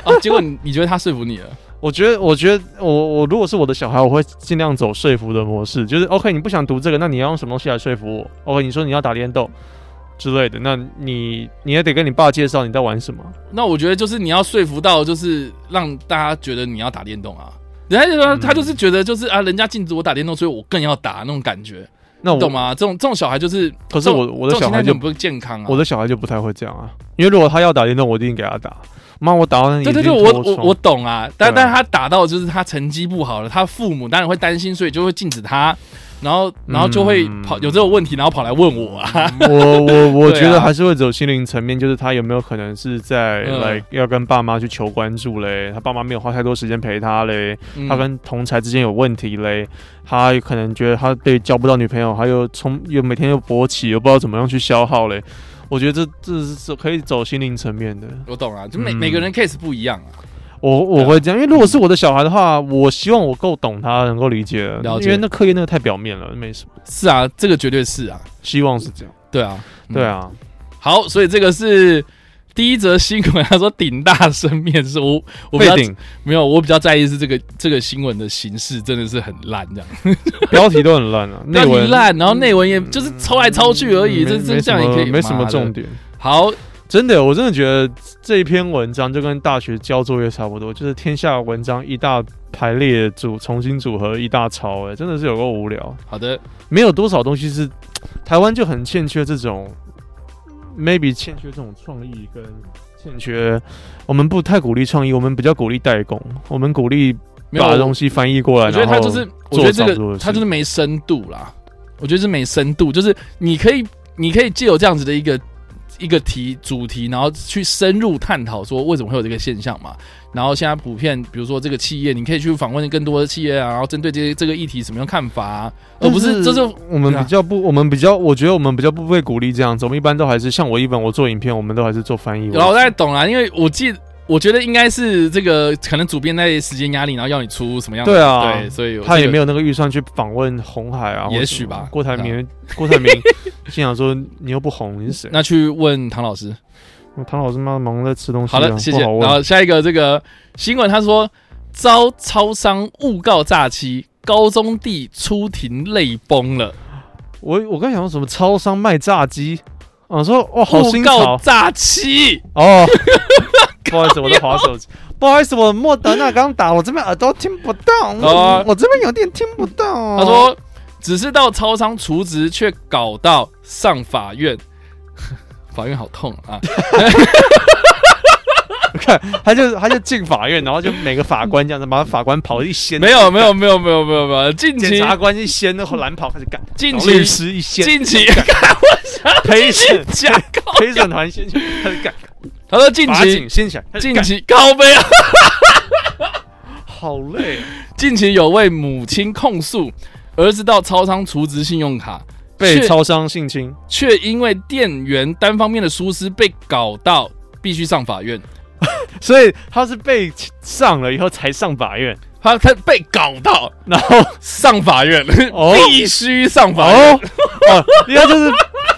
啊，结果你你觉得他说服你了？
我觉得，我觉得我，我如果是我的小孩，我会尽量走说服的模式，就是 OK，你不想读这个，那你要用什么东西来说服我？OK，你说你要打电动之类的，那你你也得跟你爸介绍你在玩什么。
那我觉得就是你要说服到，就是让大家觉得你要打电动啊。人家就说
嗯
他就是觉得就是啊，人家禁止我打电动，所以我更要打那种感觉，
那
你
我
懂？吗？这种这种小孩就是，
可是我我的
这种
小
心态
孩就
很不健康啊。
我的小孩就不太会这样啊，因为如果他要打电动，我一定给他打。妈，我打到你
对对
眼睛
对，
脱
我我
窗
我懂啊，但
对啊
但他打到就是他成绩不好了，他父母当然会担心，所以就会禁止他，然后然后就会
嗯
跑有这种问题，然后跑来问我啊。
我我我
对啊
觉得还是会走心灵层面，就是他有没有可能是在
嗯
来、要跟爸妈去求关注嘞？他爸妈没有花太多时间陪他嘞，嗯
嗯
他跟同才之间有问题嘞，他可能觉得他对交不到女朋友，还有从又每天又勃起，又不知道怎么样去消耗嘞。我觉得这这是这可以走心灵层面的，
我懂啊，就每
嗯
每个人 case 不一样啊。
我我会这样，因为如果是我的小孩的话，我希望我够懂他，能够理解，
了解
因为那课业那个太表面了，没什么，
是啊，这个绝对是啊，
希望是这样，
对啊，嗯
对啊，
好，所以这个是第一则新闻，他说顶大生面试，我我比
被
较
顶
没有，我比较在意是这个这个新闻的形式真的是很烂，这样
标题都很烂 啊，
标
内
题
文嗯
烂，然后内文也就是抽来抽去而已，
没
这这
嗯没
这样
什
也
么
可以，
没什么
妈的
重点。
好，
真的，我真的觉得这一篇文章就跟大学交作业差不多，就是天下文章一大排列组重新组合一大抄，哎，真的是有够无聊，
好的，
没有多少东西是台湾就很欠缺这种，maybe 欠缺这种创意跟欠缺，我们不太鼓励创意，我们比较鼓励代工，我们鼓励
没有
把东西翻译过来，
我觉得
然
他
后
就是，我
做
觉得这
差不多
个
的事
他就是没深度啦。我觉得是没深度，就是你可以，你可以借由这样子的一个一个题主题，然后去深入探讨说为什么会有这个现象嘛。然后现在普遍，比如说这个企业，你可以去访问更多的企业啊，然后针对这些这个议题什么样看法啊，而不是就是
我们
对啊
比较不，我们比较，我觉得我们比较不被鼓励这样子。我们一般都还是像我一本，我做影片，我们都还是做翻译为主。
有啦，我大概懂了，因为我记，我觉得应该是这个可能主编在时间压力，然后要你出什么样的
对啊
对，所以
他也没
有
有那个预算去访问红海啊，或者
也许
什么
吧
郭台铭，郭 台铭心想说：“你又不红，你是谁
那去问唐老师。
唐老师妈忙在吃东西啊，
好了，谢谢。
不好问
然后下一个这个新闻，他说遭超商诬告诈欺，高中弟出庭泪崩了，
我我刚想说什么超商卖炸鸡，啊，说哇好
诬
新
告
潮
诈欺，
哦。不好意思，我在划手机。不好意思，我莫德纳刚打，我这边耳朵听不到，
哦
我这边有点听不到。
他说只是到超商除职，却搞到上法院。 法院好痛 啊！
他就他就进法院，然后就每个法官这样子，把法官跑一掀，
没有没有没有没有没有没有，近
检
期
察官一掀，然后蓝跑开始干，
近
然后
期
律师一掀，
近 期
陪审
假告，
陪审团掀起来开始干，
他说近
法
期
警掀起来，开始
近
干
期高飞啊，
好累啊，
近期有位母亲控诉儿子到超商除职信用卡，
被
却
超商性侵，
却因为店员单方面的疏失被搞到必须上法院。
所以他是被上了以后才上法院，
他他被搞到
然后
上法院，
哦
必须上法院。
哦哦，因为他就是。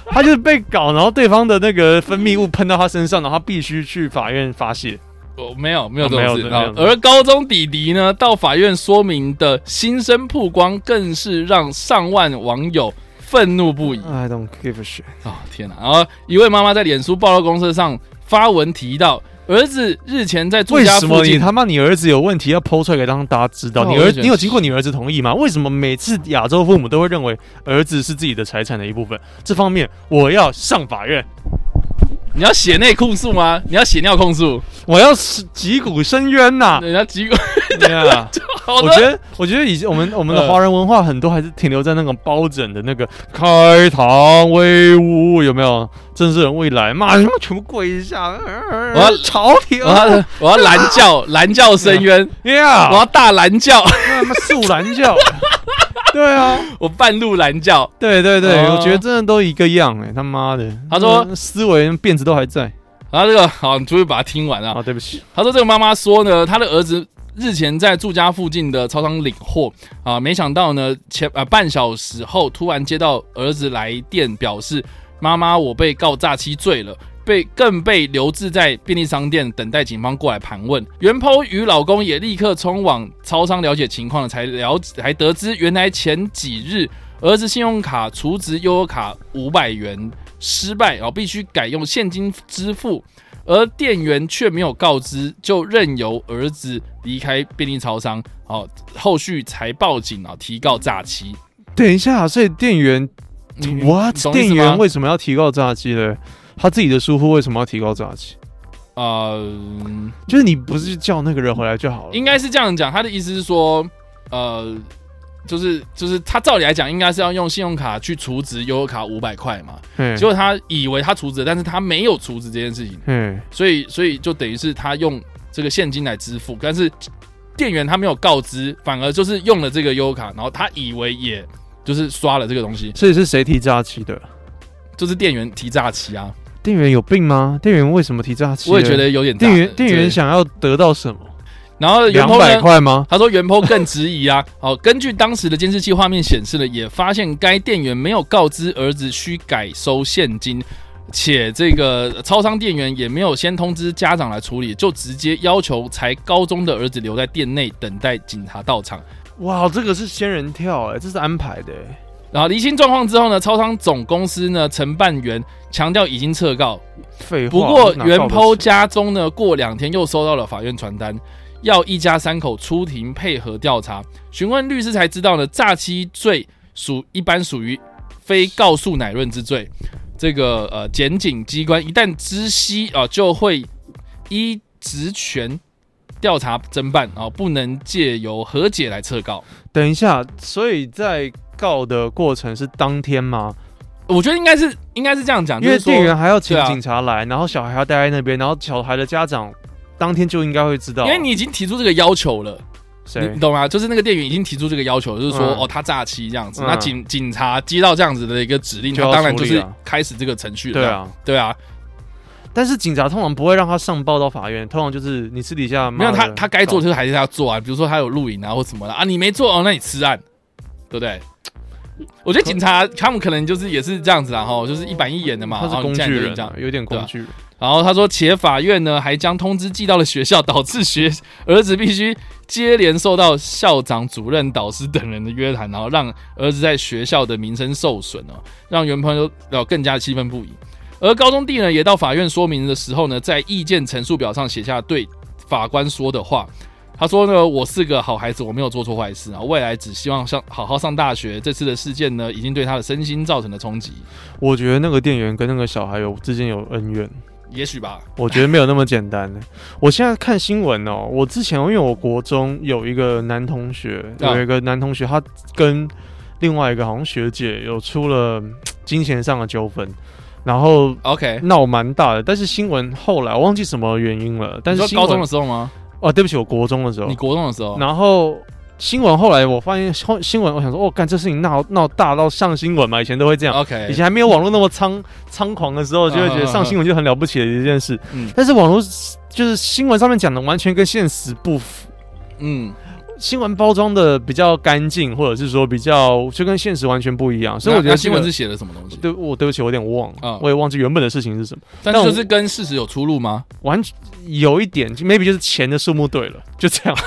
他就是被搞，然后对方的那个分泌物喷到他身上，然后他必须去法院发泄。
我哦没有没有这
哦没有
种事
这没有
啊。
这
而高中弟弟呢，到法院说明的新生曝光，更是让上万网友愤怒不已。
I don't give a shit。
哦，天哪！然后一位妈妈在脸书爆料公社上发文提到，儿子日前在住
为
家
什
附
么你
近，
他妈你儿子有问题要剖出来给让大家知道？
哦
你
我
儿
也觉得
你有经过你儿子同意吗？为什么每次亚洲父母都会认为儿子是自己的财产的一部分？这方面我要上法院，
你要写内控诉吗？你要写尿控诉？
我要是击鼓申冤呐、
人家机构
对啊，
好
我觉
的，
得我觉得以前我们我们的
呃
华人文化很多还是停留在那种包拯的那个开堂威武，有没有？政治人未来嘛，
哎
他妈全部跪下，我
我要
朝廷
我要我要蓝教蓝教深渊，
，Yeah，
我要大蓝教，
他妈素 兰教，对啊。
我半路蓝教。
对对对，
哦
我觉得真的都一个样哎、他妈的！
他说
嗯思维辫子都还在
然后这个好，你终于把它听完了。
啊，对不起，
他说这个妈妈说呢，她的儿子日前在住家附近的超商领货啊，没想到呢前啊半小时后突然接到儿子来电表示，妈妈我被告诈欺罪了。被更被留置在便利商店等待警方过来盘问，袁剖与老公也立刻冲往超商了解情况，才了解才得知原来前几日儿子信用卡储值悠游卡五百元失败哦，必须改用现金支付，而店员却没有告知，就任由儿子离开便利超商。哦，后续才报警啊、哦，提告诈欺。
等一下，所以店员
你你
，what？
你懂意
店
思吗
员为什么要提高炸机呢？他自己的疏忽为什么要提高炸机？
呃，
就是你不是叫那个人回来就好了？
应该是这样讲，他的意思是说，呃，就是就是他照理来讲，应该是要用信用卡去储值悠游卡五百块嘛，
嗯
结果他以为他储值了，但是他没有储值这件事情，
嗯
所以所以就等于是他用这个现金来支付，但是店员他没有告知，反而就是用了这个优卡，然后他以为也就是刷了这个东西，
所以是谁提炸机的？
就是店员提诈欺啊，
店员有病吗？店员为什么提炸机？
我也觉得有点大
店员
对
店员想要得到什么？
然后袁
两
鹏
百
呢？
块吗？
他说袁鹏更质疑啊， 哦，根据当时的监视器画面显示了，也发现该店员没有告知儿子需改收现金，且这个超商店员也没有先通知家长来处理，就直接要求才高中的儿子留在店内等待警察到场。
哇，这个是仙人跳哎、这是安排的、欸。
然后厘清状况之后呢，超商总公司呢承办员强调已经撤告，
废话，
不过
哪告
袁
得
剖
起
家中呢过两天又收到了法院传单，要一家三口出庭配合调查。询问律师才知道呢，诈欺罪属一般属于非告诉乃论之罪，这个呃检警机关一旦知悉啊、就会依职权调查侦办啊、不能借由和解来撤告。
等一下，所以在告的过程是当天吗？
我觉得应该是应该是这样讲，
因为
就是说
店员还要请
对啊
警察来，然后小孩还要待在那边，然后小孩的家长当天就应该会知道。
因为你已经提出这个要求了，
谁
你懂吗？就是那个店员已经提出这个要求，就是说、
嗯
哦，他诈欺这样子。
嗯
那警警察接到这样子的一个指令，
就
他
要
当然就
处理
是
啊
开始这个程序了。
对，啊，
对啊，
但是警察通常不会让他上报到法院，通常就是你私底下
没
没
有他他该做的就是还是要做啊，比如说他有录影啊或什么的啊，你没做哦，那你吃案，对不对？我觉得警察他们可能就是也是这样子啊，吼，就是一板一眼的嘛，
他
然
是
后
工
哦你这
具
样你就
人
这样
啊，，有点
对
工
啊
具人。
然后他说，且法院呢还将通知寄到了学校，导致学儿子必须接连受到校长、主任、导师等人的约谈，然后让儿子在学校的名声受损哦，让原朋友呃更加气愤不已。而高中弟呢也到法院说明的时候呢，在意见陈述表上写下对法官说的话。他说呢，我是个好孩子，我没有做错坏事啊，未来只希望上好好上大学。这次的事件呢，已经对他的身心造成了冲击，
我觉得那个店员跟那个小孩有之间有恩怨，
也许吧。
我觉得没有那么简单的。我现在看新闻哦，我之前因为我国中有一个男同学，
啊
有一个男同学，他跟另外一个好像学姐有出了嗯金钱上的纠纷，然后
OK，
闹蛮大的。但是新闻后来我忘记什么原因了，但
你
是
说
新
高
闻
中的时候吗？
哦，对不起，我国中的时候
你，国中的时候，
然后。新闻后来我发现后新闻，我想说，哦，干这事情闹闹大到上新闻嘛，以前都会这样。
OK，
以前还没有网络那么猖猖狂的时候，就会
啊
觉得上新闻就很了不起的一件事。
嗯
但是网络就是新闻上面讲的，完全跟现实不符。
嗯，
新闻包装的比较干净，或者是说比较就跟现实完全不一样，所以我觉
那那
得
新闻
这
是
个
写了什么东西，
对我对不起，我有点忘
啊
了，我也忘记原本的事情是什么，
但
但
是
我
就是跟事实有出入吗？
完全有一点就 maybe 就是钱的数目对了，就这 样。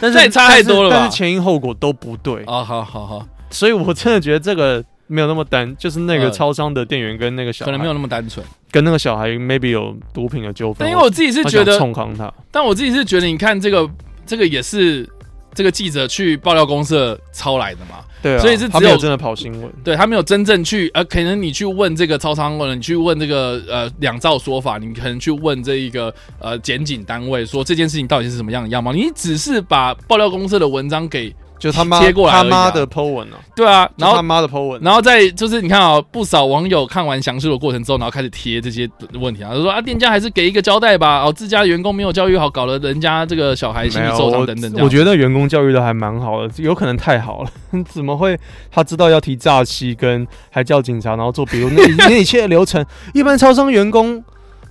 但是
这也差太多了吧
但是但是前因后果都不对，
啊，好好好，
所以我真的觉得这个没有那么单，就是那个
嗯
超商的店员跟那个小孩，
可能没有那么单纯。
跟那个小孩 maybe 有毒品的纠纷。
但因为我自己是
他
觉
想
得，
冲康他，
但我自己是觉得，你看这个这个也是这个记者去爆料公社抄来的嘛，
对啊，
所以是只有
他没有真的跑新闻，
对他没有真正去呃，可能你去问这个超商或者你去问这个呃两造说法，你可能去问这一个呃检警单位说这件事情到底是什么样的样貌，你只是把爆料公社的文章给
就他妈
贴过来而已啊
他妈的 po 文哦，
对啊，然
然
后
后他妈的 po 文，
然后再就是你看啊、不少网友看完详述的过程之后，然后开始贴这些问题啊，就说啊，店家还是给一个交代吧。哦，自家员工没有教育好，搞得人家这个小孩心理
没有
受伤
我
等等这样。
我觉得员工教育的还蛮好的，有可能太好了， 怎么会他知道要提诈欺，跟还叫警察，然后做笔 录，那那一切的流程，一般超商员工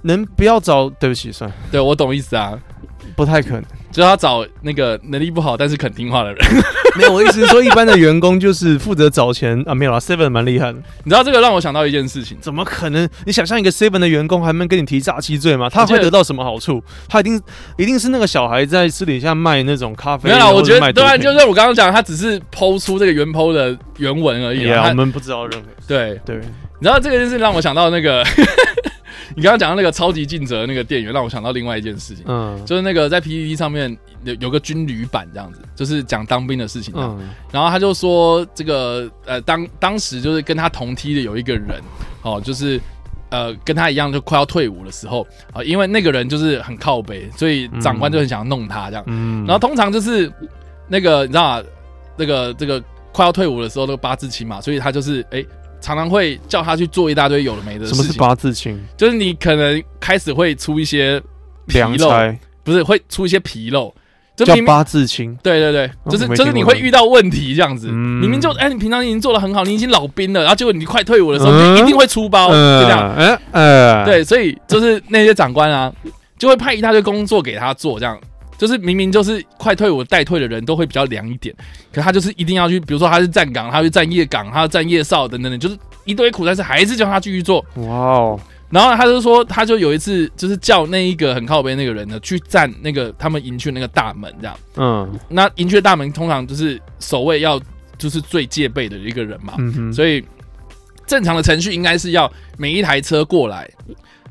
能不要找？对不起，算了
对我懂意思啊，
不太可能。
就是要找那个能力不好但是肯听话的人。
嗯没有，我意思是说，一般的员工就是负责找钱啊，没有啦 Seven 蛮厉害的，
你知道这个让我想到一件事情，
怎么可能？你想象一个 Seven 的员工还能跟你提诈欺罪吗？他
我觉
会
得
得到什么好处？他一定一定是那个小孩在私底下卖那种咖啡，
没有啦，我
或者
觉
卖
得
毒
当然
品
就是我刚刚讲，他只是剖出这个原剖的原文而已啊。
Yeah，哎我
他
们不知道任何
对，
对。
你知道这个就是让我想到那个， 你刚刚讲到那个超级尽责的那个店员，让我想到另外一件事情。
嗯
就是那个在 PPT 上面有有个军旅版这样子，就是讲当兵的事情、
嗯，
然后他就说这个呃当当时就是跟他同梯的有一个人，哦，就是呃跟他一样就快要退伍的时候啊、因为那个人就是很靠北，所以长官就很想要弄他这样。
嗯
然后通常就是那个你知道、啊、那个这个快要退伍的时候，那个八字琴嘛，所以他就是哎、常常会叫他去做一大堆有的没的事
什么
情，
是八字青？
就是你可能开始会出一些啊纰
良
漏
才
不是会出一些纰漏，就
叫
明明
八字青，
对对对，
哦
就是
没听过
就是你会遇到问题这样子，
嗯
明明就哎、你平常已经做的很好，你已经老兵了，然后结果你快退伍的时候，你就
嗯
一定会出包，就这样。
嗯，哎哎，
对，所以就是那些长官啊，就会派一大堆工作给他做，这样就是明明就是快退伍待退的人都会比较凉一点，可他就是一定要去，比如说他是站岗，他去站夜岗，他要站夜哨等等等，就是一堆苦差事，还是叫他继续做。
哇哦，
然后他就说，他就有一次就是叫那一个很靠背那个人呢，去站那个他们营区那个大门这样。
嗯
那营区的大门通常就是守卫要就是最戒备的一个人嘛，
嗯哼，
所以正常的程序应该是要每一台车过来，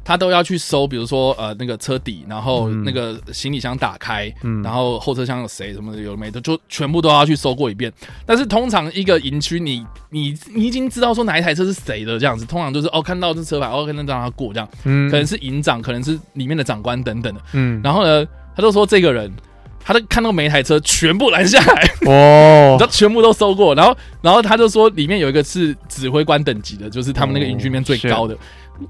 他都要去搜，比如说呃那个车底，然后
嗯
那个行李箱打开，
嗯
然后后车厢有谁什么的有的没的，就全部都要去搜过一遍。但是通常一个营区你，你你已经知道说哪一台车是谁的这样子，通常就是哦看到这车牌，哦看到让他过这样，
嗯
可能是营长，可能是里面的长官等等的。
嗯，
然后呢，他就说这个人，他就看到每一台车全部拦下来，
哦
他全部都搜过，然后然后他就说里面有一个是指挥官等级的，就是他们那个营区里面最高的，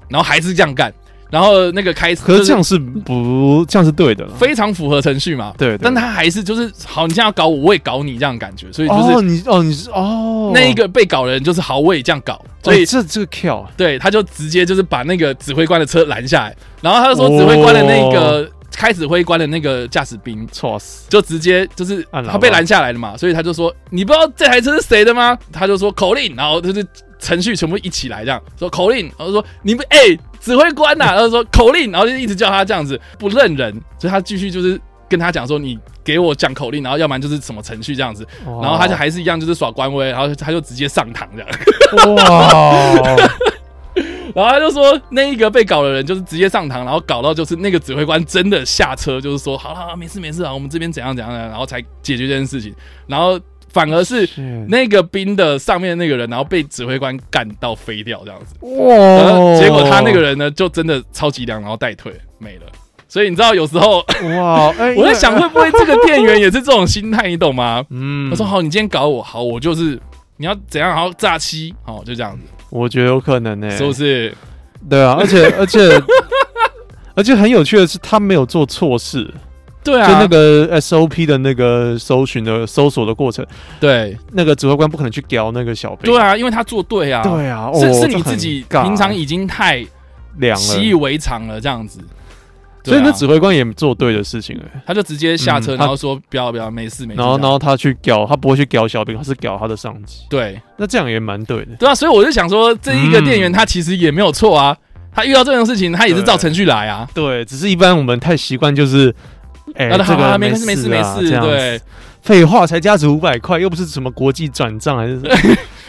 然后还是这样干，然后那个开，
Oh, 可是这
就
样是不这样是对的啦，
非常符合程序嘛，
对，对
但他还是就是好，你现在要搞我，我也搞你这样的感觉，所以就
哦
是
你哦你是哦
那一个被搞的人就是好，我也这样搞，所
所
以
以。这这个 kill
对，他就直接就是把那个指挥官的车拦下来，然后他就说指挥官的那
哦
个、开指挥官的那个驾驶兵
错死，
就直接就是
按喇叭
他被拦下来了嘛，所以他就说你不知道这台车是谁的吗？他就说口令，然后就是程序全部一起来这样说口令，然后说你们哎、指挥官呐、然后说口令，然后就一直叫他这样子不认人，所以他继续就是跟他讲说你给我讲口令，然后要不然就是什么程序这样子，然
然
后他就还是一样就是耍官威，然后他就直接上堂这样，
哇，
然后他就说那一个被搞的人就是直接上堂，然后搞到就是那个指挥官真的下车，就是说好了好了没事没事啊，我们这边怎样怎样，怎样，然后才解决这件事情，然后反而 是。
那
那个兵的上面那个人，然后被指挥官干到飞掉这样子，然后
哇，
呃结果他那个人呢，就真的超级凉，然后带退没了。所以你知道，有时候
哇， 哎
我在想，会不会这个店员也是这种心态，你懂吗？
嗯
他说好，你今天搞我，好，我就是你要怎样，好诈欺，好就这样子，
我觉得有可能呢，欸
是不是？
对啊，而且而且 而且很有趣的是，他没有做错事，
对啊，
就那个 SOP 的那个搜寻的搜索的过程，
对
那个指挥官不可能去叼那个小兵。
对啊，因为他做对啊，
对啊，
是
哦
是你
这很
自己
尬
平常已经太
凉
习以
了，
为常了，这样子。
所以
对啊
那指挥官也做对的事情哎、
他就直接下车，
嗯他
然后说不要不要，没事没事。
然后，
这样
然后他去屌，他不会去屌小兵，他是屌他的上级。
对
那这样也蛮对的。
对啊，所以我就想说，这一个店员
嗯
他其实也没有错啊，他遇到这种事情，他也是照程序来啊。
对，只是一般我们太习惯就是，哎、
啊，
这
好
个
啊，没事没
没
事
没
没事，对，，
废话，才价值五百块，又不是什么国际转 账还是什么，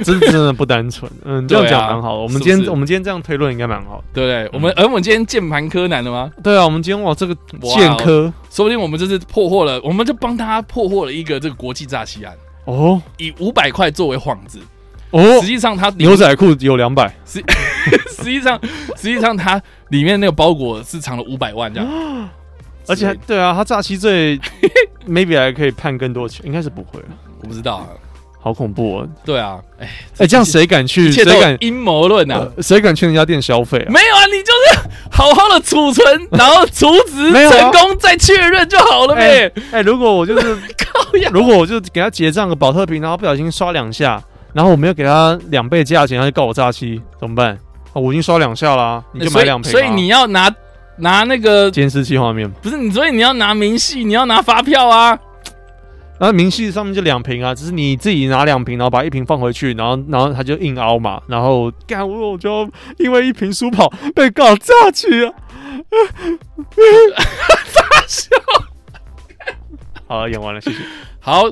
真真的不单纯。嗯，这样
对啊
讲蛮好的。我们
是不
今天
是
我们今天这样推论应该蛮好的。
对不对？我们而我们今天键盘柯南了吗？
对啊，我们今天哇，这个
哇哦
剑科
说不定我们就是破获了，我们就帮他破获了一个这个国际诈欺案，
哦
以五百块作为幌子，
哦
实，际上他里
牛仔裤有两百，
实际上实际上它里面那个包裹是藏了五百万这样，
而且还对啊，他诈 欺罪 maybe 还可以判更多钱，应该是不会了。
我不知道啊，
好恐怖哦！
对啊，哎，
哎，这样谁敢去？
一切
谁
都有
敢？
阴谋论啊。
呃谁敢去人家店消费啊？
没有啊，你就是好好的储存，然后储值
没有啊
成功再确认就好了呗。
哎，如果我就是
靠呀！
如果我就给他结账个保特瓶，然后不小心刷两下，然后我没有给他两倍价钱，他就告我诈欺，怎么办？啊我已经刷两下啦、你就
哎所
买
以
两瓶啊、
所以你要拿拿那个
监视器画面，
不是你，所以你要拿明细，你要拿发票啊。
然后明细上面就两瓶啊，只是你自己拿两瓶，然后把一瓶放回去，然后然后他就硬凹嘛，然后干我我就因为一瓶书跑被告诈欺啊，
哦
好了，演完了，谢谢。
好，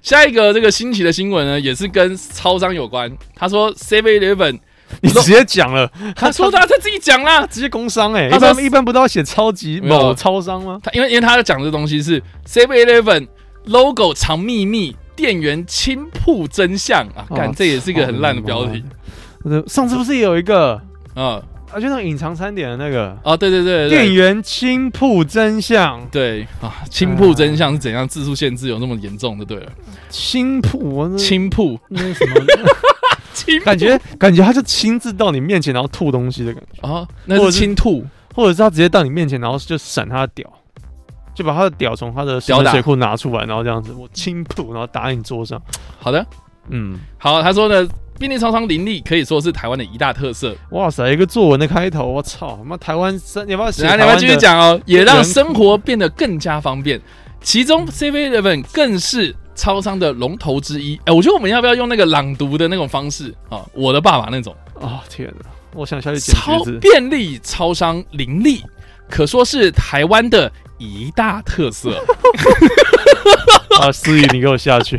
下一个这个新奇的新闻呢，也是跟超商有关。他说 Seven Eleven，
你直接讲了，
他说他他自己讲啦，
直接工伤哎、
他
一
说
般一般不都要写超级
没有
某超商吗？
他因为因为他讲的东西是 Seven Eleven logo 藏秘密，店员亲曝真相啊，
哦
干这也是一个很烂的标题
呃上次不是也有一个
啊
啊，就那种隐藏餐点的那个
啊，对对对对对
店员嗯轻曝真相，
对啊，青铺真相是怎样？字数限制有那么严重就对了。
轻曝我那
青铺，
那是什么，
青
感觉感觉他就亲自到你面前，然后吐东西的感觉，
啊，那是青兔
或者是他直接到你面前，然后就闪他的屌，就把他的屌从他的
屌打
水库拿出来，然后这样子我轻曝，然后打在你桌上，
好的，
嗯，
好，他说呢，便利超商林立可以说是台湾的一大特色。
哇塞，一个作文的开头，我操，他妈台湾三，你要不要写？
然后你们继续，讲哦，也让生活变得更加方便。其中 Seven Eleven 更是超商的龙头之一。哎，我觉得我们要不要用那个朗读的那种方式啊？我的爸爸那种，
哦天哪，我想下去捡橘
超
子，
便利超商林立，可说是台湾的一大特色。
啊，思雨，你给我下 去，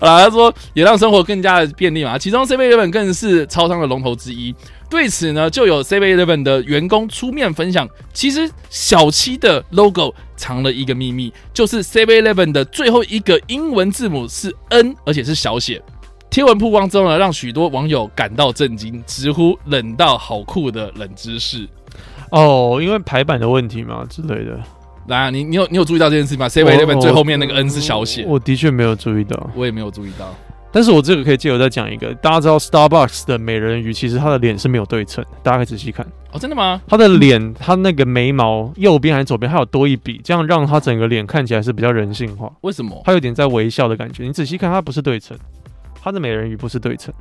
好啦，他说也让生活更加的便利嘛。其中 Seven Eleven 更是超商的龙头之一。对此呢，就有 Seven Eleven 的员工出面分享，其实小七的 logo 藏了一个秘密，就是 Seven Eleven 的最后一个英文字母是 N，而且是小写。贴文曝光之后呢，让许多网友感到震惊，直呼冷到好酷的冷知识。
哦，因为排版的问题嘛之类的。
来、啊，你你有你有注意到这件事吗
我
？Seven Eleven
我
最后面那个 N 是小写，
我的确没有注意到，
我也没有注意到。
但是我这个可以借由再讲一个，大家知道 Starbucks 的美人鱼，其实它的脸是没有对称，大家可以仔细看，
哦，真的吗？
它的
嗯
脸，它那个眉毛右边还是左边，它有多一笔，这样让它整个脸看起来是比较人性化，
为什么？
它有点在微笑的感觉。你仔细看，它不是对称，它的美人鱼不是对称，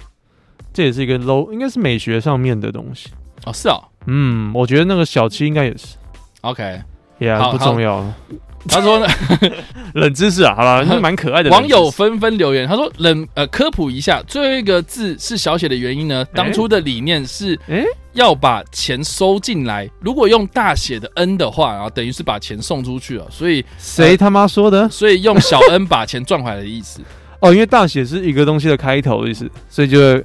这也是一个 low，应该是美学上面的东西。
哦，是哦。
嗯，我觉得那个小七应该也是，
OK，
也、
好
不
好
重要了。
他说呢，
冷知识啊，好了，那蛮可爱的冷
网
知识。
友纷纷留言，他说冷呃科普一下，最后一个字是小写的原因呢，当初的理念是
诶
要把钱收进来，如果用大写的 N 的话，然后等于是把钱送出去了，啊所以呃
谁他妈说的？
所以用小 N 把钱赚回来的意思，
哦，因为大写是一个东西的开头的意思，所以就会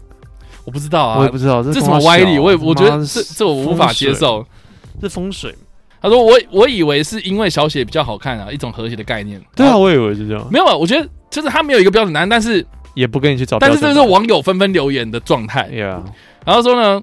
我不知道
我
啊
也不，知道这
这
是
什么歪理，我也
他
我觉
妈
得这
是
这我无法接受。
这风水。
他说我我以为是因为小写比较好看啊，一种和谐的概念。
对
然
啊，
后，
我以为是这样，
没有啊，我觉得就是他没有一个标准答案，但是
也不跟你去找标
但是
准答
这
案。
是网友纷纷留言的状态。
呀，
然后说呢，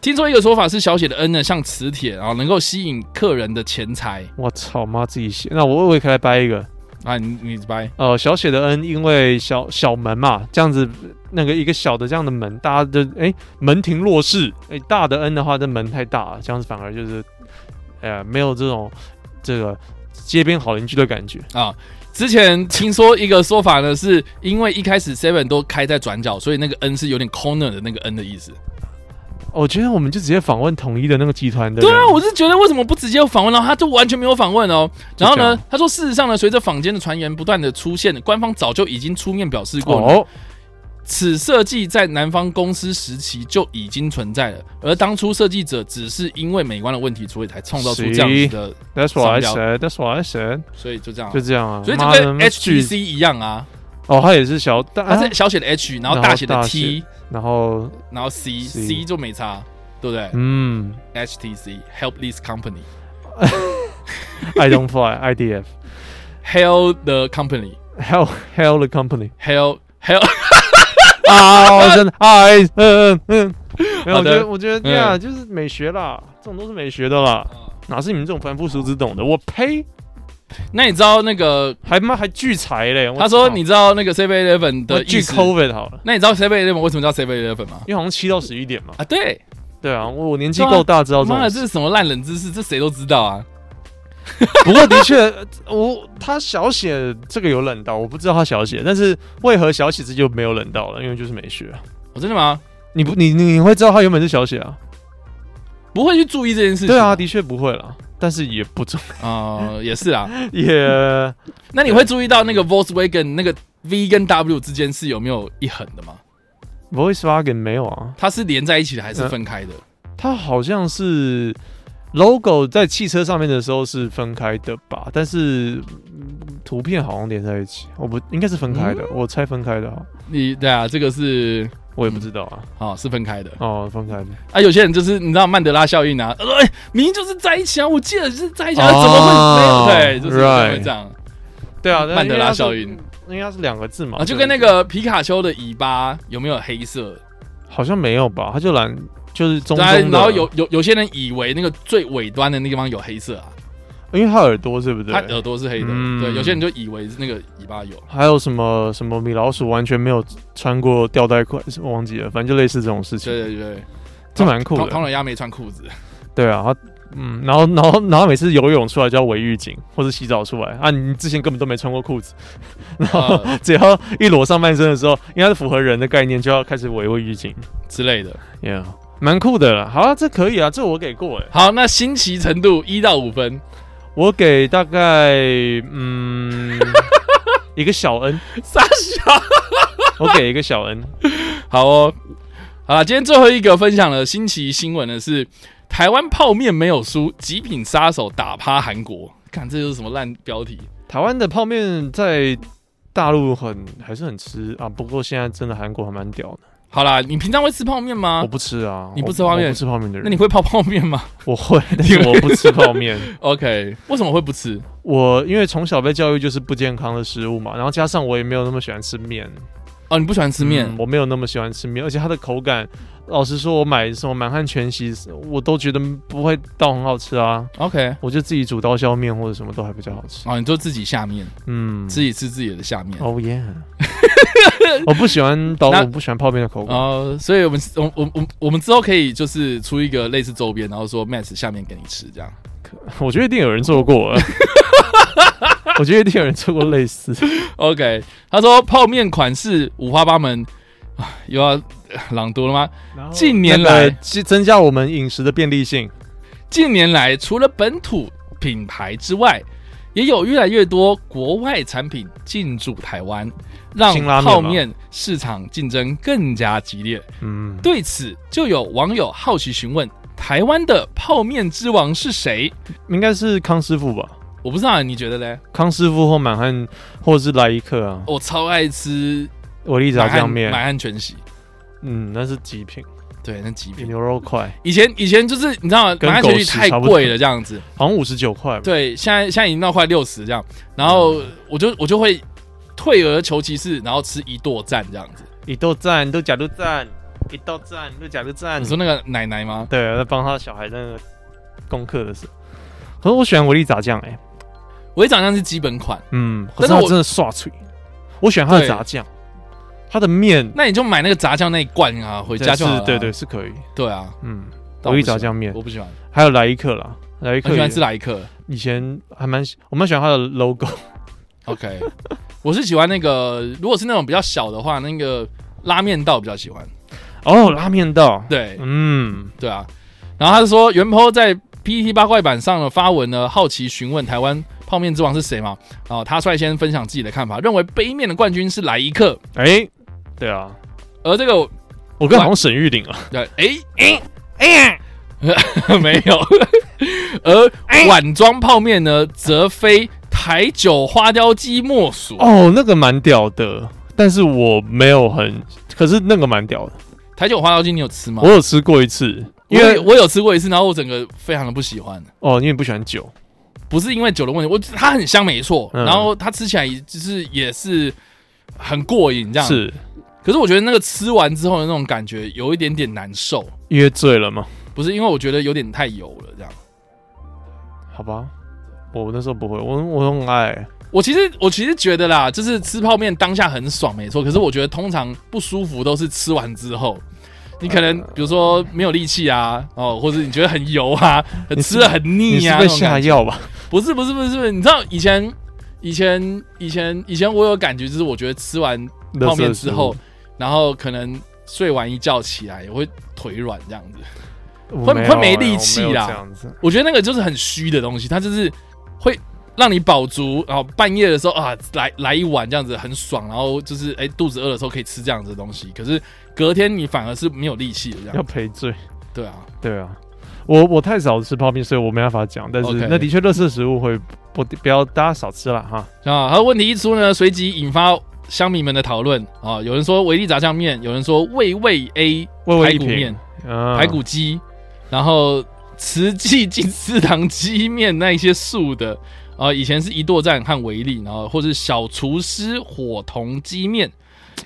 听说一个说法是小写的 N 呢像磁铁，然后能够吸引客人的钱财
我操妈自己写。那我我也可以来掰一个，
啊，你你掰
呃，小写的 n，因为小小门嘛，这样子那个一个小的这样的门，大家就哎、门庭若市。哎、大的 n 的话，这门太大了，这样子反而就是，呃，没有这种这个街边好邻居的感觉。
啊。之前听说一个说法呢，是因为一开始 Seven 都开在转角，所以那个 N 是有点 corner 的那个 N 的意思。
哦我觉得我们就直接访问统一的那个集团的人。
对啊，我是觉得为什么不直接访问呢？他就完全没有访问哦。然后
就
呢
这样，
他说事实上呢，随着坊间的传言不断的出现，官方早就已经出面表示过了，
哦，
此设计在南方公司时期就已经存在了，而当初设计者只是因为美观的问题，所以才创造出这样子的，
That's what I
上
said. That's what I said.
所以就这样啊
就。这样啊。
所以就
妈的
跟
那巨
HTC 一样啊，
哦，他也是小，但
它
啊
是小写的 H，然后
然后
大写的
大写
T，
然后
然后 C，C
C
就没差，对不对
嗯
？HTC Helpless Company，Hail
，I don't fly IDF
the company，Hail
hell hell the company
Hail
啊，我真的哎嗯嗯嗯，没有，
好的
我觉得我觉得
嗯哦
对啊，就是美学啦，这种都是美学的啦，哪是你们这种凡夫俗子懂的？我呸，
那你知道那个
还妈还聚财嘞！我
他说
操
你知道那个 Seven Eleven
我
的
聚
意思？
COVID 好了，
那你知道 Seven Eleven 为什么叫 Seven Eleven 吗？
因为好像七到十一点嘛。
啊，对，
对啊，我我年纪够大，知道这
妈的，
种
这
事。
是什么烂冷知识？这谁都知道啊！
不过的确，呃我他小写这个有冷到，我不知道他小写，但是为何小写这就没有冷到了？因为就是美学。啊
我真的吗？
你不，你你你会知道他原本是小写啊？
不会去注意这件事情。
对啊，的确不会啦，但是也不重，
啊、也是啊。
也
那你会注意到那个 Volkswagen 那个 V 跟 W 之间是有没有一横的吗？
Volkswagen 没有啊，
它是连在一起的还
嗯
是分开的？
它好像是呃 logo 在汽车上面的时候是分开的吧，但是嗯图片好像连在一起，我不应该是分
嗯
开的，我猜分开的啊，
你对啊，这个是
我也不知道啊，
啊、是分开的
哦，分开的，
啊。有些人就是你知道曼德拉效应啊，他说哎、明明就是在一起啊，我记得是在一起啊，
哦
怎么会没有？对，就是会
right
这样
对啊，
曼德拉效应
因为它是，应该是两个字嘛，
啊，就跟那个皮卡丘的尾巴有没有黑色？
好像没有吧，它就蓝，就是中
对啊
中的，
然后有，有有些人以为那个最尾端的那个地方有黑色啊，
因为它耳朵是不
他
对？
耳朵是黑的，
嗯
对，有些人就以为那个尾巴有。
还有什么什么米老鼠完全没有穿过吊带裤，是忘记了，反正就类似这种事情，
对对对，
这蛮酷
唐唐
的。
老鸭没穿裤子，
对啊，他嗯，然后然后然后每次游泳出来就要围浴巾，或者洗澡出来啊，你之前根本都没穿过裤子，然后、
呃
只要一裸上半身的时候，应该是符合人的概念，就要开始围围浴巾
之类的。
，yeah，蛮酷的啦。好啊，这可以啊，这我给过哎、
好，那新奇程度一到五分，
我给大概嗯一个小 N，
傻笑。
我给一个小 N，
好哦，好啦，今天最后一个分享的新奇新闻呢是台湾泡面没有输，极品杀手打趴韩国。看这就是什么烂标题？
台湾的泡面在。大陆很还是很吃啊，不过现在真的韩国还蛮屌的。
好啦，你平常会吃泡面吗
我？不吃啊，
你不
我
吃泡
我
面
不吃泡面的人。
那你会泡泡面吗
我会，但是我不吃泡面。
？OK，为什么会不吃？
我因为从小被教育就是不健康的食物嘛，然后加上我也没有那么喜欢吃面，
哦，你不喜欢吃面
嗯，我没有那么喜欢吃面，而且它的口感，老实说，我买什么满汉全席，我都觉得不会到很好吃啊。
？OK，
我就自己煮刀削面或者什么都还比较好吃。
哦，你就自己下面，
嗯，
自己吃自己的下面。
哦耶， 我不喜欢刀，
Oh, 那
我不喜欢泡面的口感。
哦，所以我们我我我我们之后可以就是出一个类似周边，然后说 Max 下面给你吃这样。
我觉得一定有人做 过，我觉得一定有人做过类似。
OK，他说泡面款式五花八门，啊又要呃朗读了吗？近年来
那个增增加我们饮食的便利性。
近年来，除了本土品牌之外，也有越来越多国外产品进驻台湾，让
辛拉面吗
泡面市场竞争更加激烈。
嗯，
对此，就有网友好奇询问：台湾的泡面之王是谁？
应该是康师傅吧？
我不知道，你觉得嘞？
康师傅或满汉，或者是来一克啊，
我超爱吃
维力炸
满
酱
汉
面，
满汉全席，
嗯，那是极品，
对，那极品。
牛肉块
以前以前就是你知道吗？
嗯跟
满汉全席
狗食
太
差不多
贵了，这样子。
好像五十九块吧。
对，现在现在已经到快六十这样，然后
嗯
我就我就会退而求其次，然后吃一剁赞这样子。
一豆赞，豆假豆赞，一豆赞，豆假豆赞
你。说那个奶奶吗？
对，在帮他小孩那个功课的事。可是我喜欢维力炸酱，哎，
我一长相是基本款，
嗯，可
但
是
是
它
我
真的刷脆，我喜欢它的
对
炸酱，它的面
那你就买那个炸酱那一罐啊，回家就好
是
了啊。
对对是可以，
对啊，
嗯，
但我
维力
不喜欢
炸酱面，
我不喜欢，
还有来一克啦，来一
我
克
喜欢
也
吃来客。
以前还蛮喜，我蛮喜欢它的 logo。
OK，我是喜欢那个，如果是那种比较小的话，那个拉面道比较喜欢。
哦，拉面道，
对，
嗯，
对啊。然后他就说，袁坡在 PPT 八怪版上的发文呢，好奇询问台湾泡面之王是谁嘛？然后他率先分享自己的看法，认为杯面的冠军是来一克，
哎、对啊，
而这个
我跟好像沈玉玲啊，
对，哎哎哎， 没有。 而碗装泡面呢，则非台酒花雕鸡莫属。
哦，那个蛮屌的，但是我没有很，可是那个蛮屌的，
台酒花雕鸡你有吃吗
我？有吃过一次，因为
我有吃过一次，然后我整个非常的不喜欢。
哦，因为你不喜欢酒，
不是因为酒的问题，我它很香没错，
嗯
然后它吃起来也就是也是很过瘾这样。，
是
可是我觉得那个吃完之后的那种感觉有一点点难受，
因为醉了嘛？
不是因为我觉得有点太油了这样。
好吧，我那时候不会，我我很爱，
我其实我其实觉得啦，就是吃泡面当下很爽没错，可是我觉得通常不舒服都是吃完之后。你可能比如说没有力气啊，哦，或者你觉得很油啊，吃的很
你
腻
是
啊，
被
那种感觉
下药吧？
不是不是不是不是，你知道以前以前以前以前我有感觉，就是我觉得吃完泡面之后，然后可能睡完一觉起来也会腿软这样子。
我
会
没有
会没
欸
力
我
气
有
啦
这样子，
我觉得那个就是很虚的东西，它就是会让你饱足，然后半夜的时候啊，来来一碗这样子很爽，然后就是哎、肚子饿的时候可以吃这样子的东西，可是隔天你反而是没有力气的这
要
样。
赔罪。
对啊，
对啊，我我太少吃泡面，所以我没办法讲。但是
OK
那的确，乐色食物会不不要大家少吃了哈。
啊，然后问题一出呢，随即引发乡民们的讨论啊，有人说维力炸酱面，有人说味味 A
味味
排
一
骨面
品，、嗯
排骨鸡，然后慈济金丝堂鸡面那一些素的，啊，以前是一剁站和维力，然后或是小厨师火童鸡面，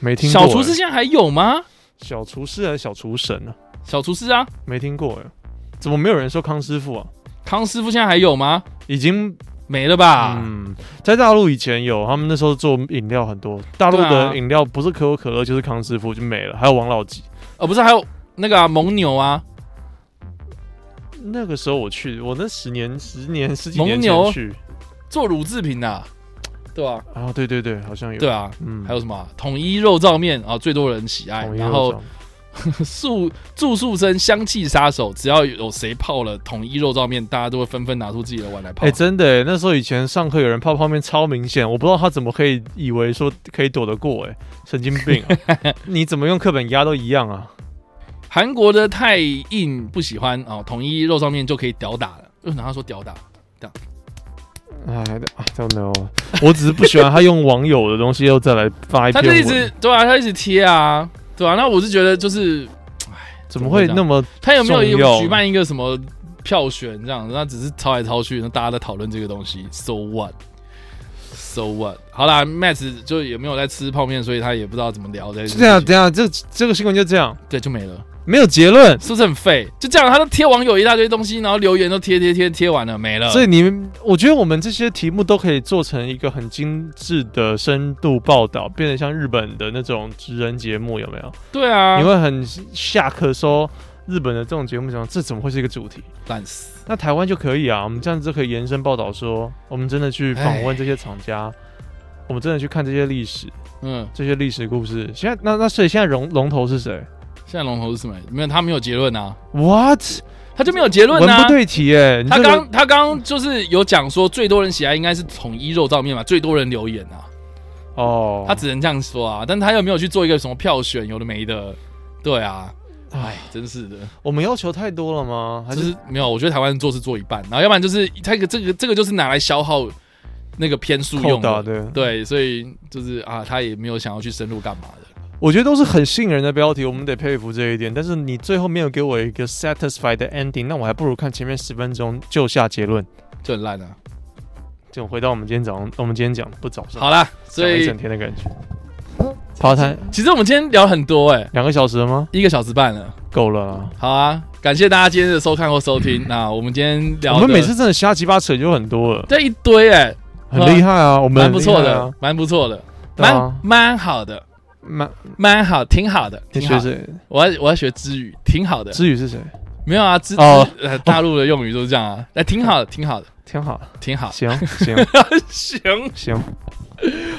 没听过欸。
小厨师现在还有吗？
小厨师还是小厨神呢、
小厨师啊，
没听过哎，怎么没有人说康师傅啊？
康师傅现在还有吗？
已经
没了吧？
嗯，在大陆以前有，他们那时候做饮料很多，大陆
对啊
的饮料不是可口可乐就是康师傅就没了，还有王老吉。
呃，不是还有那个、啊、蒙牛啊，
那个时候我去，我那十年、十年、十几
蒙
年
牛
前去
做乳制品的、啊对吧、
啊，对对对，好像有。
对，啊，
嗯，
还有什么啊、统一肉燥面啊，最多人喜爱。
统一
然
肉
后
燥
素住宿生香气杀手，只要有谁泡了统一肉燥面，大家都会纷纷拿出自己的碗来泡。
哎、真的欸，那时候以前上课有人泡泡面超明显，我不知道他怎么可以以为说可以躲得过、欸，神经病啊！ 你怎么用课本压都一样啊？
韩国的太硬不喜欢啊、哦，统一肉燥面就可以屌打了。为什么他说屌打？
哎，I don't know，我只是不喜欢他用网友的东西又再来发一
他
篇
就一
文，
直对啊，他一直贴啊，对啊。那我是觉得就是
怎么会那么
他有没有
重要
一举办一个什么票选这样子？那只是抄来抄去，那大家在讨论这个东西，so what？So what？好啦，Max 就也没有在吃泡面，所以他也不知道怎么聊这件事情
这样？这样，这这个新闻就这样，
对，就没了。
没有结论。
是不是很废？就这样，他都贴网友一大堆东西，然后留言都贴贴贴贴完了，没了。
所以你们，我觉得我们这些题目都可以做成一个很精致的深度报道，变得像日本的那种职人节目，有没有？
对啊，
你会很下课说日本的这种节目讲这怎么会是一个主题？
烂死。
那台湾就可以啊，我们这样子就可以延伸报道说，我们真的去访
哎
问这些厂家，我们真的去看这些历史、
嗯，
这些历史故事。现在那那所以现在龙龙头是谁
现在龙头是什么？没有，他没有结论啊，
？What？
他就没有结论
文
啊
不。对题哎、你
他
这个
刚他刚就是有讲说，最多人喜爱应该是统一肉燥面嘛，最多人留言啊，
哦，
他只能这样说啊。但他又没有去做一个什么票选，有的没的。对啊，哎，真是的，
我们要求太多了吗？还
就是是没有。我觉得台湾做事做一半，然后要不然就是他一个这个这个就是拿来消耗那个篇数
扣
用
打
的。
的？
对，所以就是啊，他也没有想要去深入干嘛的。
我觉得都是很吸引人的标题，我们得佩服这一点。但是你最后没有给我一个 satisfied 的 ending，那我还不如看前面十分钟就下结论。
就很烂啊。
这种回到我们今天早上，我们今天讲不早上，
好啦，所
讲一
以
整天的感觉。跑台
其实我们今天聊很多哎、
两个小时了吗？
一个小时半了。
够了啦。
好啊，感谢大家今天的收看或收 听。那我们今天聊
我
的，
们每次真的瞎鸡巴扯就很多了，
这一堆哎、
很厉害啊，我们
蛮不错
很厉害啊
的，，蛮不错的，
对啊
蛮蛮好的，
蛮
蛮好，挺好的，
你
挺
学
好的。
谁？
我要我要学知语，挺好的。
知宇是谁？
没有啊，知
哦
知呃大陆的用语都是这样 啊。哎，挺好的，挺好的，
挺好，
挺好。
行行
行，
行，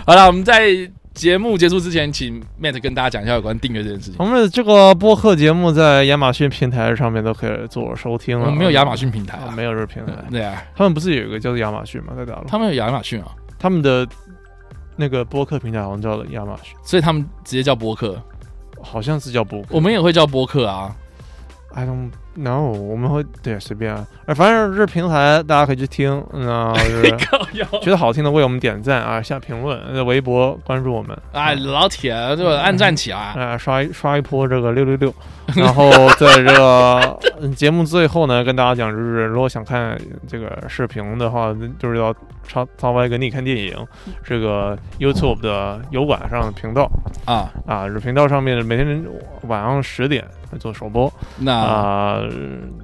好了，我们在节目结束之前，请 Matt 跟大家讲一下有关订阅这件事情。
我们的这个播客节目在亚马逊平台上面都可以做收听
我
了。
们没有亚马逊平台
啊，
啊，
没有这个平台。
对啊，
他们不是有一个叫做亚马逊吗？在大陆，
他们有亚马逊啊，
他们的那个播客平台好像叫亚马逊，
所以他们直接叫播客，
好像是叫播客。
我们也会叫播客啊。
I don't know，我们会对随便啊，哎反正这平台大家可以去 听，那、就是
靠腰
觉得好听的为我们点赞啊，下评论，在微博关注我们
哎，老铁，对吧？暗战起来，
啊，刷一刷一波这个六六 六，然后在这个嗯节目最后呢，跟大家讲，就是如果想看这个视频的话，就是要超超外给你看电影，这个 YouTube 的油管上的频道
啊，
啊，这频道上面每天晚上十点做首播
那
啊，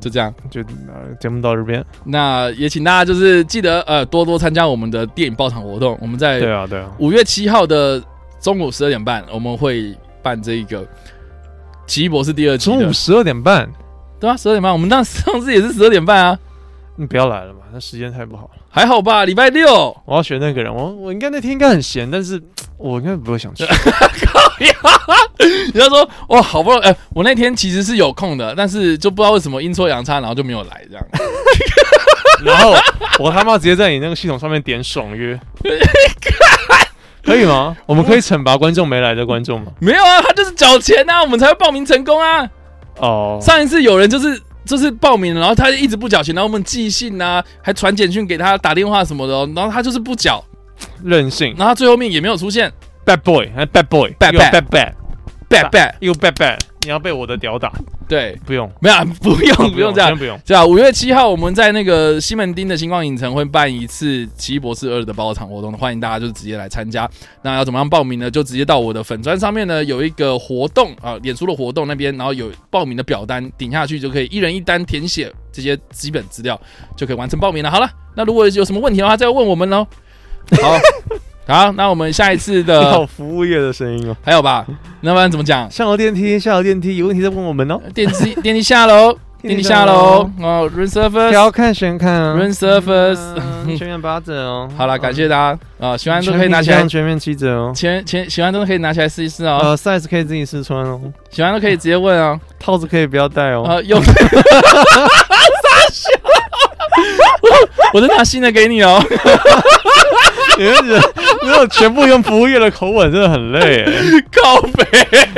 就这样。
就呃节目到这边，
那也请大家就是记得呃多多参加我们的电影爆场活动，我们
对
在
啊对啊，
五月七号的中午十二点半，我们会办这个《奇异博士》第二季
中
的
午，十二点半，
对啊，十二点半，我们当上次也是十二点半啊，
你不要来了嘛，那时间太不好了。
还好吧？礼拜六，
我要选那个人，我我应该那天应该很闲，但是我应该不会想去。
人家说哇，好不容易，哎、我那天其实是有空的，但是就不知道为什么阴错阳差，然后就没有来这样。
然后我他妈直接在你那个系统上面点 爽约，可以吗？我们可以惩罚观众没来的观众吗？
没有啊，他就是缴钱啊，我们才会报名成功啊。
哦，
上一次有人就是就是报名了，然后他一直不缴钱，然后我们寄信啊，还传简讯给他，打电话什么的哦、然后他就是不缴，
任性
然后他最后面也没有出现。
，bad boy，还 bad boy，bad
Bad bad
bad bad
拜拜，
又 bad bad，你要被我的屌打，
对，
不用，
没有、啊， 不用不用这
先
样。
不用。
这样，啊五月七号我们在那个西门町的星光影城会办一次《奇异博士二》的包场活动，欢迎大家就直接来参加。那要怎么样报名呢？就直接到我的粉砖上面呢有一个活动啊、演出的活动那边，然后有报名的表单，顶下去就可以一人一单填写这些基本资料，就可以完成报名了。好了，那如果有什么问题的话，再问我们喽。好，好，那我们下一次
你好，
的
服务业的声音哦。
还有吧？那不然怎么讲？
上楼电梯，下楼电梯，有问题再问我们哦。
电梯电梯下楼，电梯下楼哦，Run Surface。
调看选看啊
Run Surface
嗯全面八折哦。
好了，感
嗯
谢大家啊、喜欢都可以拿起来
全面七折，全面七折哦。
前前喜欢都可以拿起来试一试哦，
呃，size 可以自己试穿哦，
喜欢都可以直接问哦，
套子可以不要戴哦。
啊用，傻笑， 我再拿新的给你 哦，
你们人如果全部用服务业的口吻，真的很累 耶。
靠北，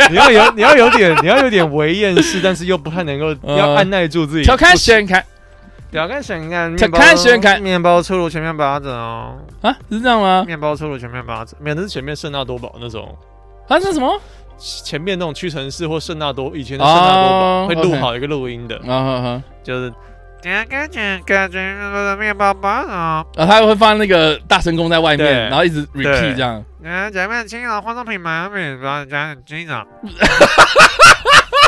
你要有你要有点你要有点为厌世，但是又不太能够，
呃
要按耐住自己。
调侃选看
挑看选看，
挑
面包
看选看
面包出炉全面八折哦，
啊，是这样吗？
面包出炉全面八折，免得是前面圣纳多堡那种。
啊，是什么？
前面那种屈臣氏或圣纳多，以前的圣纳多堡
哦
会录
OK
好一个录音的，
啊啊啊！
就是。感觉感觉面包八 折，哦
啊，他会放那个大声公在外面
对，
然后一直 repeat
对
这样，
嗯，前面青岛化妆品买美妆，加点金啊，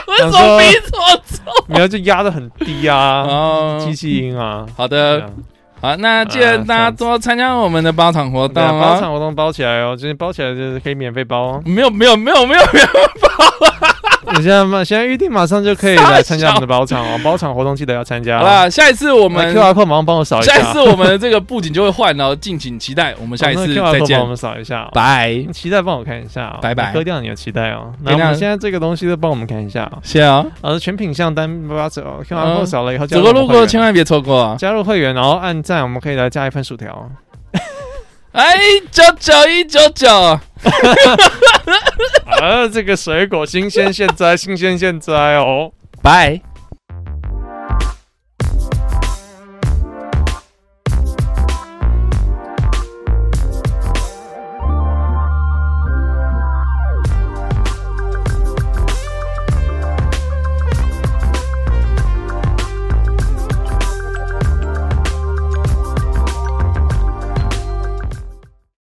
为什
想
么
说
逼错错？
没有就压得很低啊，
哦，
机器音啊。
好
对
的
啊，
好，那记得
啊
大家
上次
多参加我们的包场活动
对啊包
哦。。
场活动包起来哦，就是包起来就是可以免费包哦
没有没有没有没有没有，
你现在马现在预定马上就可以来参加我们的包场哦，包场活动记得要参加、哦。
好啦，下一次我
我
们
QR code 马上帮我扫一下。
下一次我们的这个布景就会换哦，敬请期待。我们下一次
哦那
再
QR code
见
帮我，们扫一下、哦。
拜，
期待帮我看一下、哦，
拜拜
割掉你的期待哦。
割
那
掉
我们现在这个东西都帮我们看一下、哦，
谢啊！
呃，全品项单八折哦，QR
嗯
code 扫了以后加
走过
入我们
路
会
过
员
千万别错过啊！
加入会员，然后按赞，我们可以来加一份薯条哦。
哎，九九一九九，
啊，这个水果新鲜现摘，新鲜现摘哦。
拜。